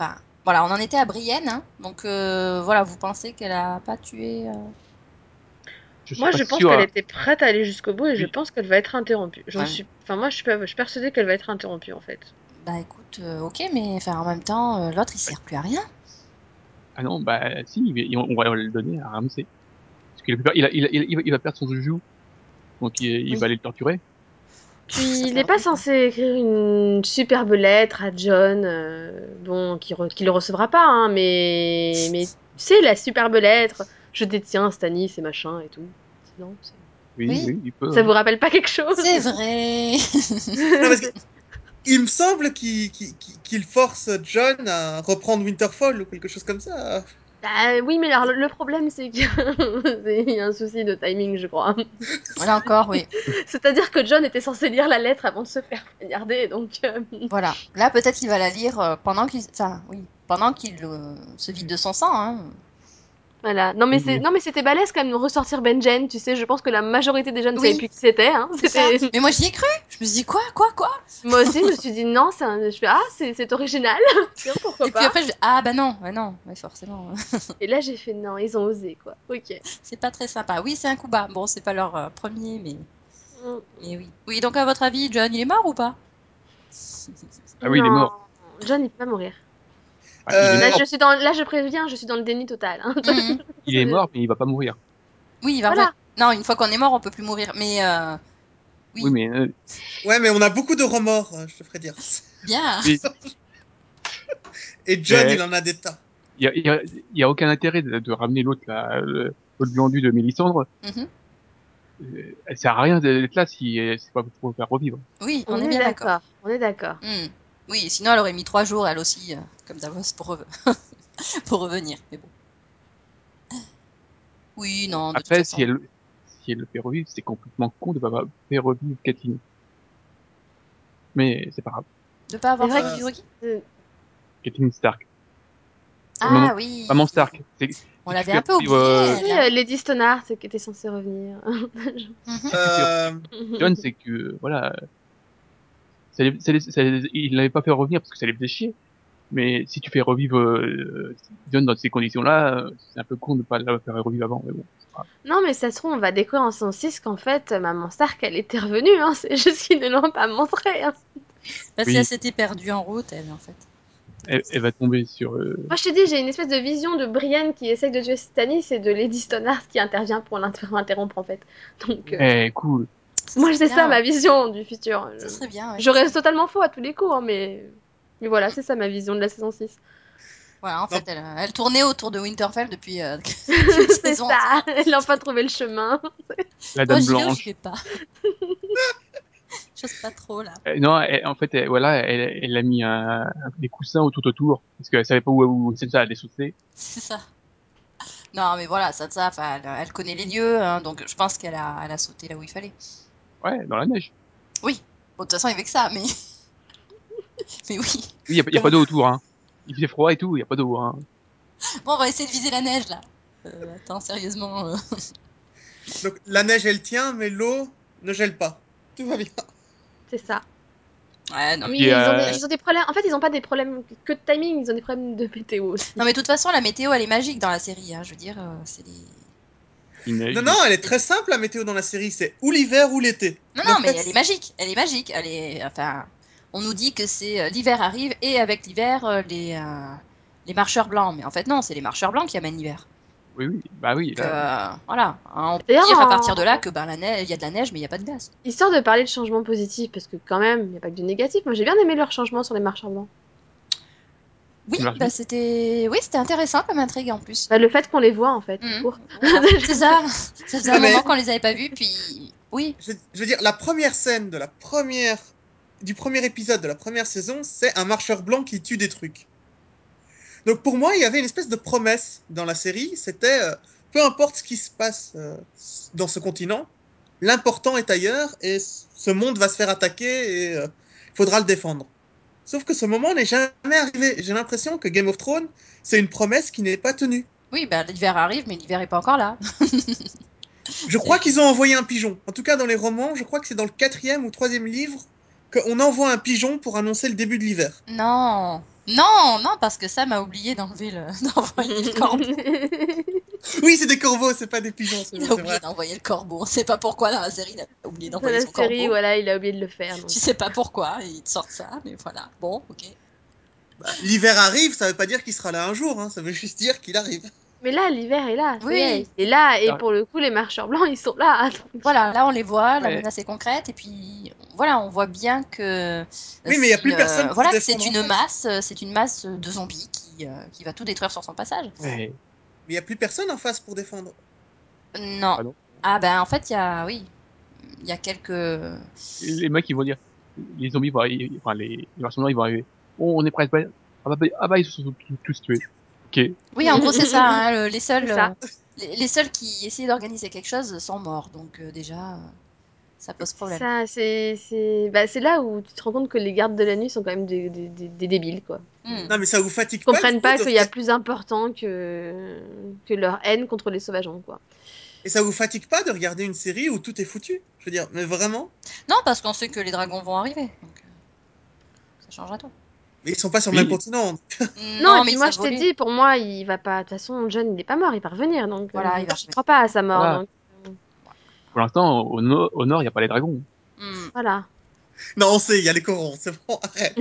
Speaker 1: Enfin, voilà, on en était à Brienne, hein. donc euh, voilà, vous pensez qu'elle a pas tué... euh,
Speaker 2: Je suis
Speaker 3: Moi,
Speaker 2: pas
Speaker 3: je pense
Speaker 2: sûr,
Speaker 3: qu'elle
Speaker 2: hein.
Speaker 3: était prête à aller jusqu'au bout et je
Speaker 2: Oui.
Speaker 3: pense qu'elle va être interrompue. J'en
Speaker 1: Ouais.
Speaker 3: suis... Enfin, moi, je suis, pas- je suis persuadée qu'elle va être interrompue, en fait.
Speaker 1: Bah écoute, euh, ok, mais enfin, en même temps, euh, l'autre il sert plus à rien.
Speaker 2: Ah non, bah si, il va- il- on va le donner à Ramsey. Parce qu'il a plus peur- il, a- il, a- il, va- il va perdre son joujou, donc il, il
Speaker 1: Oui.
Speaker 2: va aller le torturer.
Speaker 3: Puis, il
Speaker 1: fait
Speaker 3: n'est pas
Speaker 1: horrible.
Speaker 3: censé écrire une superbe lettre à John, euh, bon, qui, re- qui le recevra pas, hein, mais, mais c'est la superbe lettre. Je détiens Stanis et machin et tout. Non, c'est-
Speaker 2: Oui,
Speaker 1: Oui.
Speaker 2: oui, il peut.
Speaker 3: ça
Speaker 2: hein.
Speaker 3: vous rappelle pas quelque chose
Speaker 1: C'est vrai.
Speaker 4: Hmm. Non, parce que- il me semble qu'il qu'il- qu'il- qu'il force John à reprendre Winterfell ou quelque chose comme ça.
Speaker 3: Bah, oui, mais alors le- le problème c'est qu'il y a un souci de timing, je crois.
Speaker 1: Là encore, oui.
Speaker 3: C'est-à-dire que John était censé lire la lettre avant de se faire poignarder, donc euh,
Speaker 1: Voilà. Là, peut-être qu'il va la lire euh, pendant qu'il, enfin, oui, pendant qu'il euh, se vide de son sang. Hein.
Speaker 3: voilà. Non mais
Speaker 2: Oui,
Speaker 3: c'est,
Speaker 4: Mhm.
Speaker 2: oui.
Speaker 3: non mais c'était balèze quand même de ressortir Benjen, tu sais. Je pense que la majorité des jeunes ne
Speaker 1: Oui.
Speaker 3: savaient plus qui c'était. Hein.
Speaker 1: C'est ça.
Speaker 3: C'était-
Speaker 1: Mais moi, j'y ai cru. Je me suis dit quoi, quoi, quoi.
Speaker 3: Moi aussi, je me suis dit non, c'est un- je fais ah c'est, c'est original, Tiens, pourquoi
Speaker 1: Et puis
Speaker 3: pas.
Speaker 1: après, je dis, ah bah non, bah non, ouais, forcément.
Speaker 3: Et là j'ai fait non, ils ont osé quoi. Ok.
Speaker 1: C'est pas très sympa. Oui, c'est un coup bas. Bon, c'est pas leur euh, premier, mais,
Speaker 3: Mm.
Speaker 1: mais oui. Oui, donc à votre avis, John, il est mort ou pas
Speaker 2: Ah oui, il est
Speaker 3: Non.
Speaker 2: mort.
Speaker 3: John il peut pas mourir.
Speaker 2: Ah, il,
Speaker 4: Euh,
Speaker 2: est
Speaker 3: Là
Speaker 2: mort
Speaker 3: je suis dans, là je préviens, je suis dans le déni total. hein.
Speaker 1: Mhm.
Speaker 2: il est mort, mais il va pas mourir.
Speaker 1: Oui, il va
Speaker 3: Voilà.
Speaker 1: mourir. Non, une fois qu'on est mort, on peut plus mourir. Mais euh, oui,
Speaker 2: Oui, mais, euh,
Speaker 4: Ouais, mais on a beaucoup de remords, euh, je te ferai dire.
Speaker 1: bien.
Speaker 2: mais
Speaker 4: Et John,
Speaker 2: Mais-
Speaker 4: il en a des tas.
Speaker 2: il y a, il y a- il y a aucun intérêt de, de ramener l'autre là, le- l'autre blandu de Mélisandre.
Speaker 1: Mhm.
Speaker 2: Euh, ça sert à rien d'être là si euh, c'est pas pour faire revivre.
Speaker 1: Oui,
Speaker 3: On,
Speaker 1: on,
Speaker 3: est,
Speaker 1: est bien d'accord.
Speaker 3: d'accord. On est d'accord.
Speaker 1: Hmm. Oui, sinon elle aurait mis trois jours, elle aussi, euh, comme Davos, pour, rev- pour revenir. Mais bon. Oui, non, de toute
Speaker 2: Après,
Speaker 1: façon.
Speaker 2: si elle si elle le fait revivre, c'est complètement con de pas pas faire revivre Kathleen. Mais c'est pas grave.
Speaker 1: De pas avoir
Speaker 3: C'est vrai
Speaker 1: fait
Speaker 4: que-
Speaker 1: du Rocky
Speaker 3: Euh,
Speaker 2: Kathleen Stark,
Speaker 1: Ah
Speaker 2: Maman-
Speaker 1: oui.
Speaker 2: maman Stark. C'est-
Speaker 1: On
Speaker 2: si
Speaker 1: l'avait
Speaker 2: tu
Speaker 1: un peu
Speaker 2: fais revivre,
Speaker 1: oublié.
Speaker 2: euh,
Speaker 1: elle,
Speaker 3: Oui,
Speaker 1: hein.
Speaker 3: euh, Lady Stonard c'est- qui était censée revenir.
Speaker 1: Mhm.
Speaker 4: Euh,
Speaker 2: John, c'est que euh, voilà, ça les- ça les- ça les- il l'avait pas fait revenir parce que ça les faisait chier. Mais si tu fais revivre euh, John dans ces conditions-là, euh, c'est un peu con de pas la faire revivre avant. Mais bon, c'est pas grave.
Speaker 3: Non, mais ça se trouve, on va découvrir en saison 6 qu'en fait, euh, Maman Stark, elle était revenue, hein, c'est juste qu'ils ne l'ont pas montré. hein.
Speaker 1: Parce
Speaker 2: Oui.
Speaker 1: qu'elle s'était perdue en route, elle, en fait.
Speaker 2: Elle, elle va tomber sur euh,
Speaker 3: Moi, je te dis, j'ai une espèce de vision de Brienne qui essaye de tuer Stannis et de Lady Stonard qui intervient pour l'inter- l'interrompre, en fait. Donc, euh,
Speaker 2: Eh, cool.
Speaker 1: Ce
Speaker 3: moi,
Speaker 1: serait
Speaker 3: c'est
Speaker 1: bien,
Speaker 3: ça ma
Speaker 1: ouais.
Speaker 3: vision du futur.
Speaker 1: Ce serait bien, ouais.
Speaker 3: Je reste totalement faux à tous les coups, hein, mais... mais voilà, c'est ça ma vision de la saison 6.
Speaker 1: Voilà, en fait,
Speaker 4: Non.
Speaker 1: elle, euh, elle tournait autour de Winterfell depuis euh, une
Speaker 3: c'est
Speaker 1: saison.
Speaker 3: ça, elle n'a pas trouvé le chemin.
Speaker 2: La
Speaker 1: Moi,
Speaker 2: Dame
Speaker 1: j'y vais ou j'y
Speaker 2: Blanche.
Speaker 1: vais pas. J'ose pas trop, là.
Speaker 2: Euh, non, elle- en fait, elle- voilà, elle, elle a mis un, un- des coussins autour autour parce qu'elle savait pas où, où c'est ça, elle est sautée.
Speaker 1: C'est ça. Non, mais voilà, ça, ça, enfin, elle, elle connaît les lieux, hein, donc je pense qu'elle a, elle a sauté là où il fallait.
Speaker 2: Ouais, dans la neige.
Speaker 1: Oui, bon, de toute façon, il y avait que ça, mais. mais oui.
Speaker 2: Oui, il y a, pas- y a pas d'eau autour. Hein. il faisait froid et tout, il n'y a pas d'eau. Hein.
Speaker 1: Bon, on va essayer de viser la neige là. Euh, attends, sérieusement. euh.
Speaker 4: Donc la neige elle tient, mais l'eau ne gèle pas. Tout va bien.
Speaker 3: C'est ça.
Speaker 1: Ouais, non, mais...
Speaker 3: Oui,
Speaker 2: puis,
Speaker 3: ils, ont
Speaker 2: euh,
Speaker 3: des, ils ont des problèmes. En fait, ils ont pas des problèmes que de timing, ils ont des problèmes de météo aussi.
Speaker 1: non, mais de toute façon, la météo elle est magique dans la série. hein, Je veux dire, euh, c'est les.
Speaker 2: Il neige.
Speaker 4: Non, non, elle est très simple la météo dans la série, c'est ou l'hiver ou l'été.
Speaker 1: Non,
Speaker 4: En
Speaker 1: non, mais
Speaker 4: fait,
Speaker 1: elle est magique. Elle est magique. Elle est. Enfin, on nous dit que c'est euh, l'hiver arrive et avec l'hiver, euh, les, euh, les marcheurs blancs. Mais en fait, non, c'est les marcheurs blancs qui amènent l'hiver.
Speaker 2: Oui, oui, bah oui.
Speaker 1: Donc,
Speaker 2: là.
Speaker 1: euh, voilà. Hein, on peut
Speaker 3: D'ailleurs,
Speaker 1: dire à
Speaker 3: en-
Speaker 1: partir de là que ben, la neige, il y a de la neige, mais il n'y a pas de glace.
Speaker 3: Histoire de parler de changements positifs, parce que quand même, il n'y a pas que du négatif. Moi, j'ai bien aimé leurs changements sur les marcheurs blancs.
Speaker 1: Oui,
Speaker 2: Ça marche
Speaker 1: bah,
Speaker 2: bien.
Speaker 1: c'était oui, c'était intéressant comme intrigue en plus.
Speaker 3: Bah, le fait qu'on les voit, en fait.
Speaker 1: Mhm.
Speaker 3: pour-
Speaker 1: Voilà, c'est ça. Ça faisait un
Speaker 4: Mais-
Speaker 1: moment qu'on les avait pas vus, puis oui.
Speaker 4: je, je veux dire, la première scène de la première du premier épisode de la première saison, c'est un marcheur blanc qui tue des trucs. Donc pour moi, il y avait une espèce de promesse dans la série, c'était euh, peu importe ce qui se passe euh, dans ce continent, l'important est ailleurs et c- ce monde va se faire attaquer et euh, faudra le défendre. Sauf que ce moment n'est jamais arrivé. J'ai l'impression que Game of Thrones, c'est une promesse qui n'est pas tenue.
Speaker 1: Oui, bah, l'hiver arrive, mais l'hiver est pas encore là.
Speaker 4: Je crois qu'ils ont envoyé un pigeon. En tout cas, dans les romans, je crois que c'est dans le quatrième ou troisième livre qu'on envoie un pigeon pour annoncer le début de l'hiver.
Speaker 1: Non, non, non, parce que ça m'a oublié d'enlever le d'envoyer le corbeau.
Speaker 4: Oui, c'est des corbeaux, c'est pas des pigeons. c'est-
Speaker 1: Il
Speaker 4: c'est
Speaker 1: a oublié
Speaker 4: vrai.
Speaker 1: d'envoyer le corbeau. On sait pas pourquoi dans la série il a oublié
Speaker 3: Dans
Speaker 1: d'envoyer
Speaker 3: la
Speaker 1: son
Speaker 3: série,
Speaker 1: corbeau.
Speaker 3: voilà, il a oublié de le faire. donc.
Speaker 1: Tu sais pas pourquoi il te sort ça, mais voilà. Bon, ok.
Speaker 4: Bah, L'hiver arrive, ça veut pas dire qu'il sera là un jour, hein, ça veut juste dire qu'il arrive.
Speaker 3: Mais là, l'hiver est là. ça
Speaker 1: Oui.
Speaker 3: y est, Il est là, et
Speaker 2: Ah.
Speaker 3: pour le coup, les marcheurs blancs, ils sont là. donc-
Speaker 1: Voilà, là on les voit, la
Speaker 2: Ouais.
Speaker 1: menace est concrète, et puis voilà, on voit bien que.
Speaker 4: Oui, mais il y a
Speaker 1: c'est
Speaker 4: plus
Speaker 1: une-
Speaker 4: personne pour
Speaker 1: Voilà, que
Speaker 4: défendre
Speaker 1: c'est une
Speaker 4: en fait.
Speaker 1: masse, euh, c'est une masse de zombies qui, euh, qui va tout détruire sur son passage.
Speaker 2: Ouais.
Speaker 4: Mais il y a plus personne en face pour défendre.
Speaker 1: Non.
Speaker 2: Ah non.
Speaker 1: Ah ben en fait, il y a. Oui. Il y a quelques.
Speaker 2: les mecs ils vont dire les zombies vont arriver, enfin les, les marchands noirs, ils vont arriver oh, on est prêts à- ah bah, bah, ah bah ils se sont tous, tous tués ok
Speaker 1: Oui, en gros, c'est ça. hein, le- les, seuls,
Speaker 3: C'est ça.
Speaker 1: euh, les, les seuls qui essayaient d'organiser quelque chose sont morts. Donc, euh, déjà, euh, ça pose problème.
Speaker 3: Ça, c'est c'est- bah, c'est là où tu te rends compte que les gardes de la nuit sont quand même des, des- des- des débiles, quoi.
Speaker 1: Hmm.
Speaker 4: Non, mais ça vous fatigue
Speaker 3: Ils
Speaker 4: pas.
Speaker 3: comprennent
Speaker 4: du
Speaker 3: pas
Speaker 4: coup, de-
Speaker 3: qu'il y a plus important que, que leur haine contre les sauvageons, quoi.
Speaker 4: Et ça vous fatigue pas de regarder une série où tout est foutu Je veux dire, mais vraiment
Speaker 1: Non, parce qu'on sait que les dragons vont arriver. Donc, euh, ça changera tout.
Speaker 4: Mais ils sont pas sur le
Speaker 2: Oui.
Speaker 4: même continent.
Speaker 3: Non, et puis
Speaker 1: il
Speaker 3: moi,
Speaker 1: s'est
Speaker 3: je t'ai
Speaker 1: volé.
Speaker 3: dit, pour moi, il va pas. De toute façon, John, il n'est pas mort, il va revenir, donc. euh,
Speaker 1: Voilà, il va
Speaker 3: je
Speaker 1: revenir.
Speaker 3: crois pas à sa mort,
Speaker 2: Voilà.
Speaker 3: donc.
Speaker 2: pour l'instant au, no- au nord il n'y a pas les dragons
Speaker 1: Hmm.
Speaker 3: Voilà.
Speaker 4: Non, on sait, il y a les corons, c'est bon, arrête.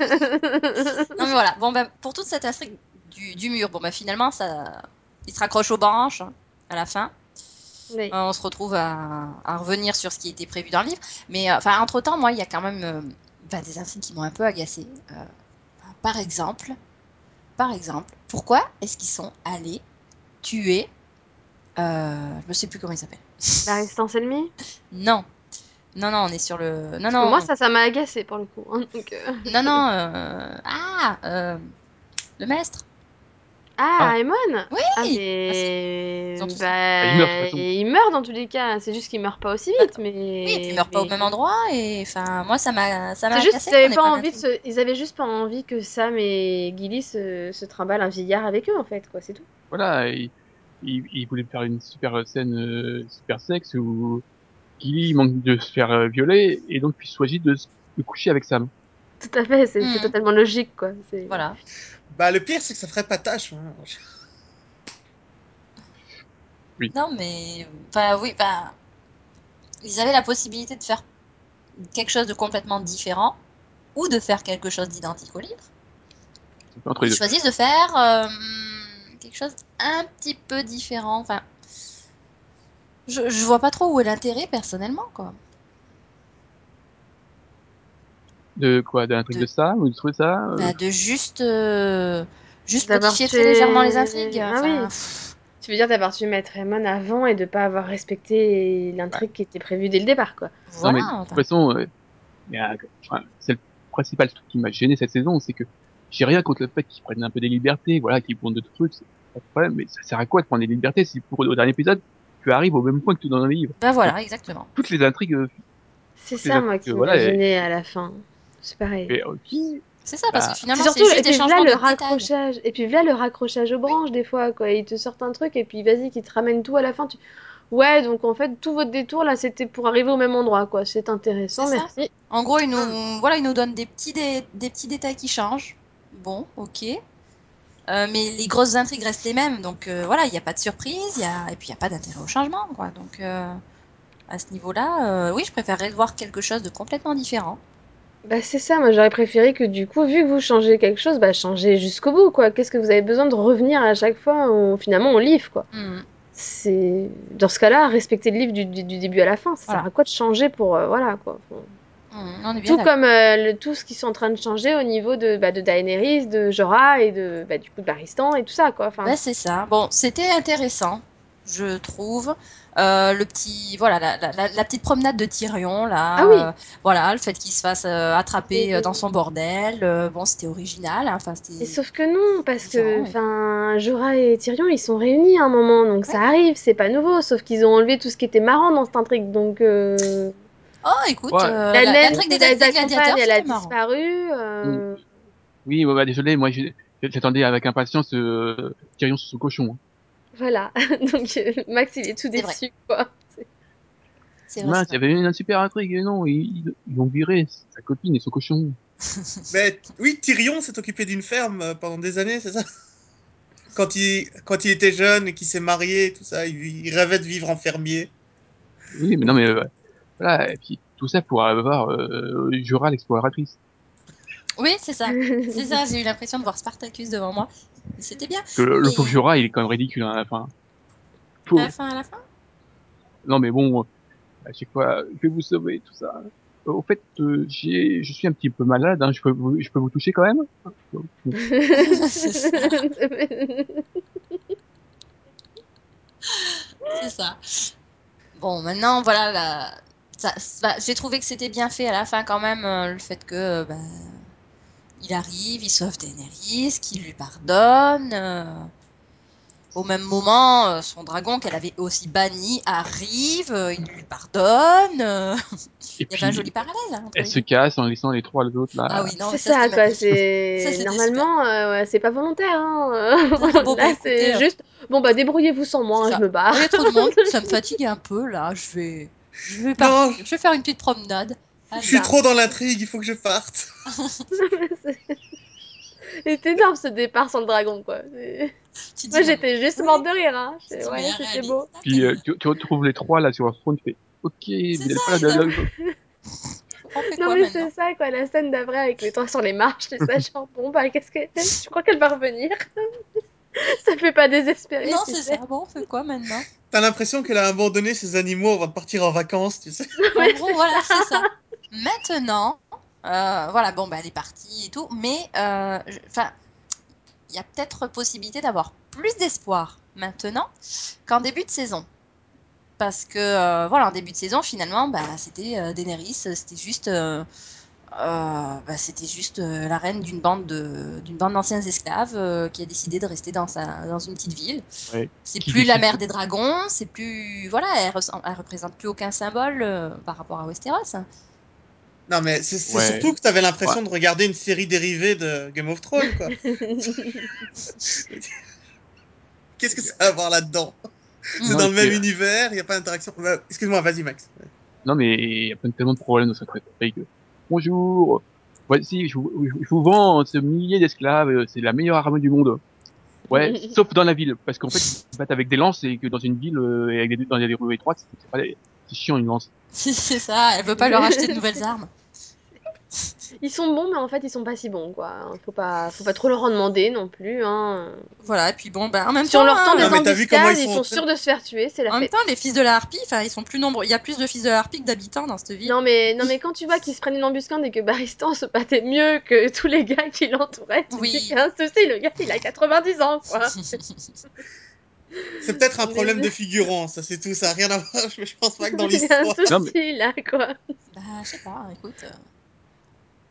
Speaker 1: Non, mais voilà. Bon, ben, pour toute cette intrigue du, du mur, bon, ben, finalement, ça, il se raccroche aux branches hein, à la fin.
Speaker 3: Oui.
Speaker 1: Euh, on se retrouve à, à revenir sur ce qui était prévu dans le livre. Mais euh, enfin, entre temps, moi, il y a quand même euh, bah, des intrigues qui m'ont un peu agacée. Euh, par exemple, par exemple, pourquoi est-ce qu'ils sont allés tuer euh, Je me sais plus comment il s'appelle.
Speaker 3: La résistance ennemie.
Speaker 1: Non, non, non, on est sur le. Non,
Speaker 3: Parce que
Speaker 1: non,
Speaker 3: moi, ça, ça m'a agacé pour le coup. hein, donc, euh.
Speaker 1: non, non. euh, Ah, euh, le maître.
Speaker 3: Ah,
Speaker 2: Ah.
Speaker 3: Aemon
Speaker 1: Oui.
Speaker 3: Ah,
Speaker 1: Ah,
Speaker 3: mais.
Speaker 1: c'est- ils ont tous-
Speaker 3: Bah,
Speaker 2: il meurt, de toute façon.
Speaker 3: il meurt dans tous les cas, c'est juste qu'il meurt pas aussi vite, mais.
Speaker 1: Bah, Oui, et puis ils meurent pas au
Speaker 3: mais-
Speaker 1: même endroit. Et enfin, moi, ça m'a, ça m'a
Speaker 3: C'est juste
Speaker 1: agacée
Speaker 3: qu'ils avaient
Speaker 1: qu'on ait
Speaker 3: pas
Speaker 1: pas
Speaker 3: envie de
Speaker 1: d'intrigue.
Speaker 3: se- ils avaient juste pas envie que Sam et Gilly se, se trimballent un vieillard avec eux en fait quoi c'est tout.
Speaker 2: voilà ils il, il voulaient faire une super scène euh, super sexe où Gilly manque de se faire euh, violer et donc il choisit de, se- de coucher avec Sam
Speaker 3: Tout à fait c'est c'est
Speaker 1: Mhm.
Speaker 3: totalement logique quoi. c'est-
Speaker 1: Voilà.
Speaker 4: Bah, le pire, c'est que ça ferait pas tâche. hein.
Speaker 1: Non, mais enfin, oui, bah, ils avaient la possibilité de faire quelque chose de complètement différent ou de faire quelque chose d'identique au livre.
Speaker 2: C'est entre les
Speaker 1: Ils
Speaker 2: deux
Speaker 1: choisissent de faire euh, hmm, quelque chose un petit peu différent. Enfin, je, je vois pas trop où est l'intérêt personnellement, quoi.
Speaker 2: de quoi d'un truc
Speaker 1: De-
Speaker 2: de ça ou de trouver ça euh,
Speaker 1: Bah, de juste, euh, juste
Speaker 3: D'avoir
Speaker 1: modifier
Speaker 3: tué-
Speaker 1: très légèrement les intrigues.
Speaker 3: Ah
Speaker 1: Enfin,
Speaker 3: oui.
Speaker 1: pff,
Speaker 3: Tu veux dire d'avoir tué Maître Raymond avant et de pas avoir respecté l'intrigue qui était prévue dès le départ quoi.
Speaker 2: Non,
Speaker 1: voilà.
Speaker 2: mais de toute
Speaker 1: enfin.
Speaker 2: façon, euh, il y a- enfin, c'est le principal truc qui m'a gêné cette saison, c'est que j'ai rien contre le fait qu'ils prennent un peu des libertés, voilà, qu'ils font d'autres trucs, c'est pas de problème, mais ça sert à quoi de prendre des libertés si pour au dernier épisode, tu arrives au même point que tout dans un livre
Speaker 1: Bah voilà, exactement.
Speaker 2: Toutes les intrigues, euh,
Speaker 3: C'est
Speaker 2: C'est
Speaker 3: ça
Speaker 2: ça,
Speaker 3: moi
Speaker 2: parce
Speaker 3: qui
Speaker 2: que
Speaker 3: m'a
Speaker 2: voilà, euh,
Speaker 3: gênée à la fin. C'est pareil.
Speaker 2: mais ok,
Speaker 1: C'est ça, parce
Speaker 2: Bah.
Speaker 1: que
Speaker 3: C'est
Speaker 1: finalement, c'est
Speaker 3: surtout, et
Speaker 1: juste des
Speaker 3: puis
Speaker 1: changements
Speaker 3: là, le
Speaker 1: de détails.
Speaker 3: raccrochage, et puis là, le raccrochage aux branches, des fois, quoi. Ils te sortent un truc, et puis vas-y, qu'ils te ramènent tout à la fin. tu- Ouais, donc en fait, tout votre détour, là, c'était pour arriver au même endroit, quoi. C'est intéressant,
Speaker 1: C'est ça.
Speaker 3: merci.
Speaker 1: En gros, ils
Speaker 4: Ah.
Speaker 3: Hum.
Speaker 1: nous, voilà, ils nous donnent des petits, dé- des petits détails qui changent. Bon, ok. Euh, mais les grosses intrigues restent les mêmes, donc euh, voilà, il n'y a pas de surprise, il y a... et puis il n'y a pas d'intérêt au changement, quoi. Donc euh, à ce niveau-là, euh, oui, je préférerais voir quelque chose de complètement différent.
Speaker 3: Bah, c'est ça, moi, j'aurais préféré que, du coup, vu que vous changez quelque chose, bah, changez jusqu'au bout, quoi. Qu'est-ce que vous avez besoin de revenir à chaque fois, on- finalement, au livre, quoi.
Speaker 1: Hmm.
Speaker 3: C'est... Dans ce cas-là, respecter le livre du, du- du début à la fin, ça
Speaker 1: Voilà.
Speaker 3: sert à quoi de changer pour... euh, voilà, quoi. Faut-
Speaker 1: Hmm, on est bien
Speaker 3: Tout
Speaker 1: d'accord.
Speaker 3: comme euh, le, tout ce qu'ils sont en train de changer au niveau de, bah, de Daenerys, de Jorah et de, bah, du coup de Baristan et tout ça, quoi. Enfin,
Speaker 1: Ouais, c'est ça. Bon, c'était intéressant, je trouve. Euh, le petit, voilà, la, la- la- la petite promenade de Tyrion, là.
Speaker 3: Ah oui.
Speaker 1: euh, voilà, le fait qu'il se fasse euh, attraper
Speaker 3: Et-
Speaker 1: euh, dans son bordel. euh, bon, c'était original. hein, Enfin,
Speaker 3: et
Speaker 1: c'était.
Speaker 3: sauf que non, parce que
Speaker 1: Différent, ouais.
Speaker 3: enfin, Jorah et Tyrion, ils sont réunis à un moment, donc ça arrive, c'est pas nouveau, sauf qu'ils ont enlevé tout ce qui était marrant dans cette intrigue, donc... euh,
Speaker 1: Oh, écoute,
Speaker 2: Ouais.
Speaker 1: euh,
Speaker 3: La
Speaker 1: la-
Speaker 3: naine
Speaker 1: l'intrigue des,
Speaker 3: qui les
Speaker 1: des
Speaker 3: accompagne,
Speaker 1: gladiateurs,
Speaker 3: elle a
Speaker 1: c'était marrant.
Speaker 3: disparu. euh,
Speaker 2: Oui, bah, bah, désolé, moi je- j'attendais avec impatience euh, Tyrion sous le cochon.
Speaker 3: Voilà, donc euh, Max, il est tout
Speaker 1: C'est vrai.
Speaker 3: déçu, quoi.
Speaker 1: C'est vrai,
Speaker 2: Mince,
Speaker 1: c'est
Speaker 2: il y
Speaker 1: vrai.
Speaker 2: avait une super intrigue, et non, ils, ils- ils l'ont viré, sa copine et son cochon.
Speaker 4: Mais oui, Tyrion s'est occupé d'une ferme euh, pendant des années, c'est ça quand il, quand il était jeune et qu'il s'est marié, et tout ça, il, il rêvait de vivre en fermier.
Speaker 2: Oui, mais non, mais euh, voilà, et puis tout ça pour avoir euh, Jura l'exploratrice.
Speaker 1: Oui, c'est ça. C'est ça, j'ai eu l'impression de voir Spartacus devant moi. Mais C'était bien.
Speaker 2: Parce que le, le
Speaker 1: Mais
Speaker 2: pauvre Jura, il est quand même ridicule, hein, enfin.
Speaker 1: à
Speaker 2: Pauvre.
Speaker 1: la fin, à la fin.
Speaker 2: Non, mais bon, euh, à chaque fois, je vais vous sauver, tout ça. Euh, Au fait, euh, j'ai, je suis un petit peu malade, hein, je peux vous, je peux vous toucher quand même? Donc,
Speaker 1: C'est ça. C'est ça. Bon, maintenant, voilà, la- ça- ça- j'ai trouvé que c'était bien fait à la fin quand même, euh, le fait que euh, ben, il arrive, il sauve Daenerys, qu'il lui pardonne. euh, au même moment, euh, son dragon qu'elle avait aussi banni arrive, euh, il lui pardonne. euh,
Speaker 2: Et
Speaker 1: il y avait un
Speaker 2: puis,
Speaker 1: joli parallèle hein, entre
Speaker 2: elle
Speaker 1: les
Speaker 2: se
Speaker 1: deux.
Speaker 2: casse en laissant les trois les autres, là.
Speaker 1: Ah oui, non,
Speaker 3: C'est
Speaker 1: mais ça
Speaker 3: ça,
Speaker 1: c'était
Speaker 3: quoi.
Speaker 1: magnifique. Ça,
Speaker 3: C'est
Speaker 1: c'était
Speaker 3: normalement, euh, ouais, c'est pas volontaire. Hein.
Speaker 1: Bon, bah,
Speaker 3: Là,
Speaker 1: écoutez,
Speaker 3: c'est
Speaker 1: euh,
Speaker 3: juste. Bon, bah, débrouillez-vous sans moi.
Speaker 1: C'est
Speaker 3: hein,
Speaker 1: ça.
Speaker 3: je me barre.
Speaker 1: Il y a trop de monde, ça me fatigue un peu là. Je vais, je vais partir. Je vais faire une petite promenade. Ah,
Speaker 4: Je
Speaker 1: Allez.
Speaker 4: suis trop dans l'intrigue, il faut que je parte.
Speaker 3: c'est énorme ce départ sans le dragon, quoi. C'est-
Speaker 1: Tu te
Speaker 3: Moi,
Speaker 1: dis, non,
Speaker 3: j'étais juste
Speaker 1: Oui.
Speaker 3: morte de rire. Hein.
Speaker 1: mais
Speaker 3: J'étais,
Speaker 1: non, mais
Speaker 3: Ouais,
Speaker 1: elle
Speaker 3: c'était
Speaker 1: réalise
Speaker 3: beau.
Speaker 1: ça,
Speaker 2: Puis, euh,
Speaker 1: qu'elle-
Speaker 2: tu, tu retrouves les trois, là, sur leur trône, tu fais, ok, vous n'êtes
Speaker 1: ça,
Speaker 2: pas là,
Speaker 1: et
Speaker 2: là,
Speaker 1: donc-
Speaker 2: là-
Speaker 1: On fait
Speaker 3: Non,
Speaker 1: quoi
Speaker 3: mais
Speaker 1: maintenant
Speaker 3: c'est ça, quoi. La scène d'après avec les trois sur les marches, tout ça. Genre, bon, bah, qu'est-ce que. Je crois qu'elle va revenir. ça fait pas désespérer,
Speaker 1: Non,
Speaker 3: tu
Speaker 1: c'est
Speaker 3: sais.
Speaker 1: ça. Bon, on fait quoi maintenant
Speaker 4: T'as l'impression qu'elle a abandonné ses animaux avant de partir en vacances, tu sais.
Speaker 1: En gros, voilà, c'est ça. Maintenant, euh, voilà, bon, bah, elle est partie et tout, mais euh, je- enfin, il y a peut-être possibilité d'avoir plus d'espoir maintenant qu'en début de saison. Parce que, euh, voilà, en début de saison, finalement, bah, c'était euh, Daenerys, c'était juste, euh, euh, bah, c'était juste euh, la reine d'une bande de- d'une bande d'anciens esclaves euh, qui a décidé de rester dans, sa, dans une petite ville.
Speaker 2: Ouais.
Speaker 1: C'est
Speaker 2: Qui
Speaker 1: plus la
Speaker 2: décide-
Speaker 1: mère des dragons, c'est plus. Voilà, elle, ressem- elle représente plus aucun symbole euh, par rapport à Westeros.
Speaker 4: Non, mais c'est c'est
Speaker 2: Ouais.
Speaker 4: surtout que t'avais l'impression de regarder une série dérivée de Game of Thrones, quoi. Qu'est-ce que ça a à voir là-dedans C'est
Speaker 1: Mm.
Speaker 2: Non,
Speaker 4: dans le même
Speaker 2: c'est-
Speaker 4: univers, il n'y a pas d'interaction. Bah, Excuse-moi, vas-y, Max.
Speaker 2: Non, mais il y a plein- tellement de problèmes dans cette réplique. Bonjour, voici, je vous, je vous vends ce millier d'esclaves, euh, c'est la meilleure armée du monde. Ouais, sauf dans la ville, parce qu'en fait, ils se battent avec des lances et que dans une ville, euh, et avec des, dans des rues étroites, c'est- c'est pas des- c'est chiant une lance.
Speaker 1: C'est c'est ça, elle veut pas leur acheter de nouvelles armes.
Speaker 3: Ils sont bons, mais en fait, ils sont pas si bons, quoi. Faut pas, faut pas trop leur en demander non plus. Hein.
Speaker 1: Voilà, et puis bon, ben, en même
Speaker 3: Si on
Speaker 1: temps,
Speaker 3: leur tend
Speaker 1: hein,
Speaker 3: des
Speaker 4: Non, mais t'as vu comment
Speaker 3: embuscades,
Speaker 4: ils
Speaker 3: ils
Speaker 4: sont-
Speaker 3: sont sûrs de se faire tuer, c'est la
Speaker 1: en même
Speaker 3: fête.
Speaker 1: temps, les fils de la harpie, enfin, ils sont plus nombreux. Il y a plus de fils de la harpie que d'habitants dans cette ville.
Speaker 3: Non mais, non mais quand tu vois qu'ils se prennent une embuscade et que Baristan se battait mieux que tous les gars qui l'entouraient, tu te
Speaker 1: Oui.
Speaker 3: dis qu'il y a un souci, le gars il a 90 ans
Speaker 1: Bah,
Speaker 3: quoi.
Speaker 4: C'est peut-être un
Speaker 3: Mais-
Speaker 4: problème de figurant, ça c'est tout, ça n'a rien à voir, je je pense pas que dans
Speaker 3: Il y a un
Speaker 4: l'histoire.
Speaker 2: Non, mais-
Speaker 3: souci là quoi.
Speaker 1: bah, je sais pas, écoute. euh,